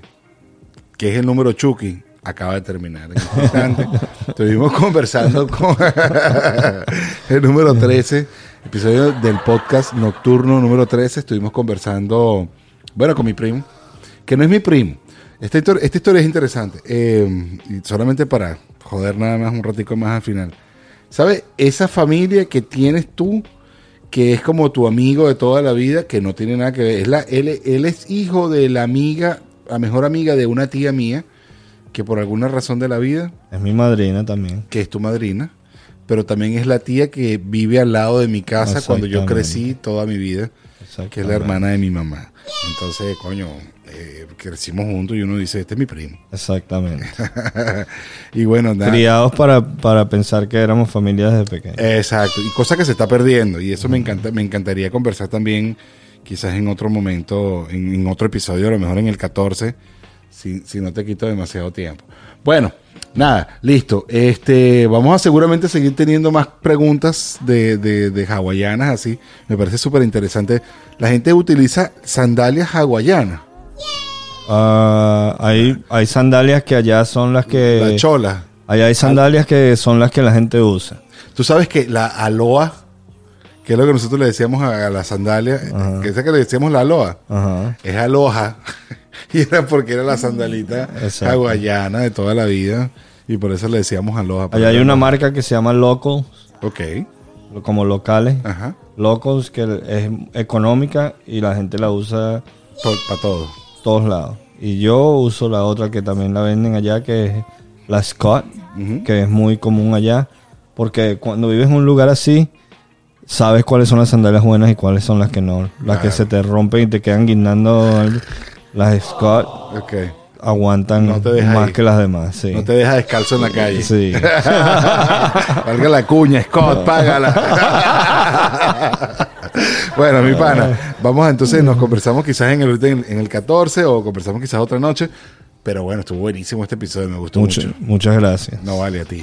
[SPEAKER 1] que es el número Chucky, acaba de terminar. En este instante, estuvimos conversando con el número 13, episodio del podcast nocturno número 13, estuvimos conversando, bueno, con mi primo, que no es mi primo. Esta, histor- esta historia es interesante, eh, y solamente para joder nada más un ratico más al final. ¿Sabes? Esa familia que tienes tú, que es como tu amigo de toda la vida, que no tiene nada que ver. Es la, él, él es hijo de la amiga, la mejor amiga de una tía mía, que por alguna razón de la vida,
[SPEAKER 2] Es mi madrina también.
[SPEAKER 1] que es tu madrina, pero también es la tía que vive al lado de mi casa cuando yo
[SPEAKER 2] Exactamente.
[SPEAKER 1] crecí toda mi vida, que es la
[SPEAKER 2] exactamente.
[SPEAKER 1] hermana de mi mamá. Entonces, coño, eh, crecimos juntos y uno dice, este es mi primo.
[SPEAKER 2] Exactamente.
[SPEAKER 1] y bueno, nada.
[SPEAKER 2] Criados para, para pensar que éramos familias desde pequeños.
[SPEAKER 1] Exacto, y cosa que se está perdiendo, y eso me encanta, me encantaría conversar también, quizás en otro momento, en, en otro episodio, a lo mejor en el 14, si, si no te quito demasiado tiempo. Bueno, nada, listo. Este, vamos a seguramente seguir teniendo más preguntas de, de- de hawaianas, así. Me parece súper interesante. La gente utiliza sandalias hawaianas,
[SPEAKER 2] Ah, hay, hay sandalias que allá son las que...
[SPEAKER 1] la chola.
[SPEAKER 2] Allá hay sandalias que son las que la gente usa.
[SPEAKER 1] Tú sabes que la aloa, que es lo que nosotros le decíamos a, a la sandalia, que esa que le decíamos la aloa.
[SPEAKER 2] Ajá.
[SPEAKER 1] es aloja. y era porque era la sandalita
[SPEAKER 2] Exacto.
[SPEAKER 1] hawaiana de toda la vida. Y por eso le decíamos aloja.
[SPEAKER 2] Allá hay una marca que se llama Locals,
[SPEAKER 1] Ok.
[SPEAKER 2] como locales.
[SPEAKER 1] Ajá.
[SPEAKER 2] Locals que es económica y la gente la usa
[SPEAKER 1] Para todo.
[SPEAKER 2] todos lados. Y yo uso la otra que también la venden allá, que es la Scott, que es muy común allá. Porque cuando vives en un lugar así, sabes cuáles son las sandalias buenas y cuáles son las que no. Las que se te rompen y te quedan guindando. al- Las Scott
[SPEAKER 1] Ok.
[SPEAKER 2] aguantan
[SPEAKER 1] No te deja
[SPEAKER 2] más
[SPEAKER 1] ir.
[SPEAKER 2] que las demás. Sí.
[SPEAKER 1] No te deja descalzo en la calle.
[SPEAKER 2] Sí.
[SPEAKER 1] Valga la cuña, Scott, págala. bueno, mi pana, vamos a- entonces, nos conversamos quizás en el, en el 14 o conversamos quizás otra noche. Pero bueno, estuvo buenísimo este episodio, me gustó
[SPEAKER 2] Mucho-
[SPEAKER 1] mucho.
[SPEAKER 2] Muchas gracias.
[SPEAKER 1] No vale a ti.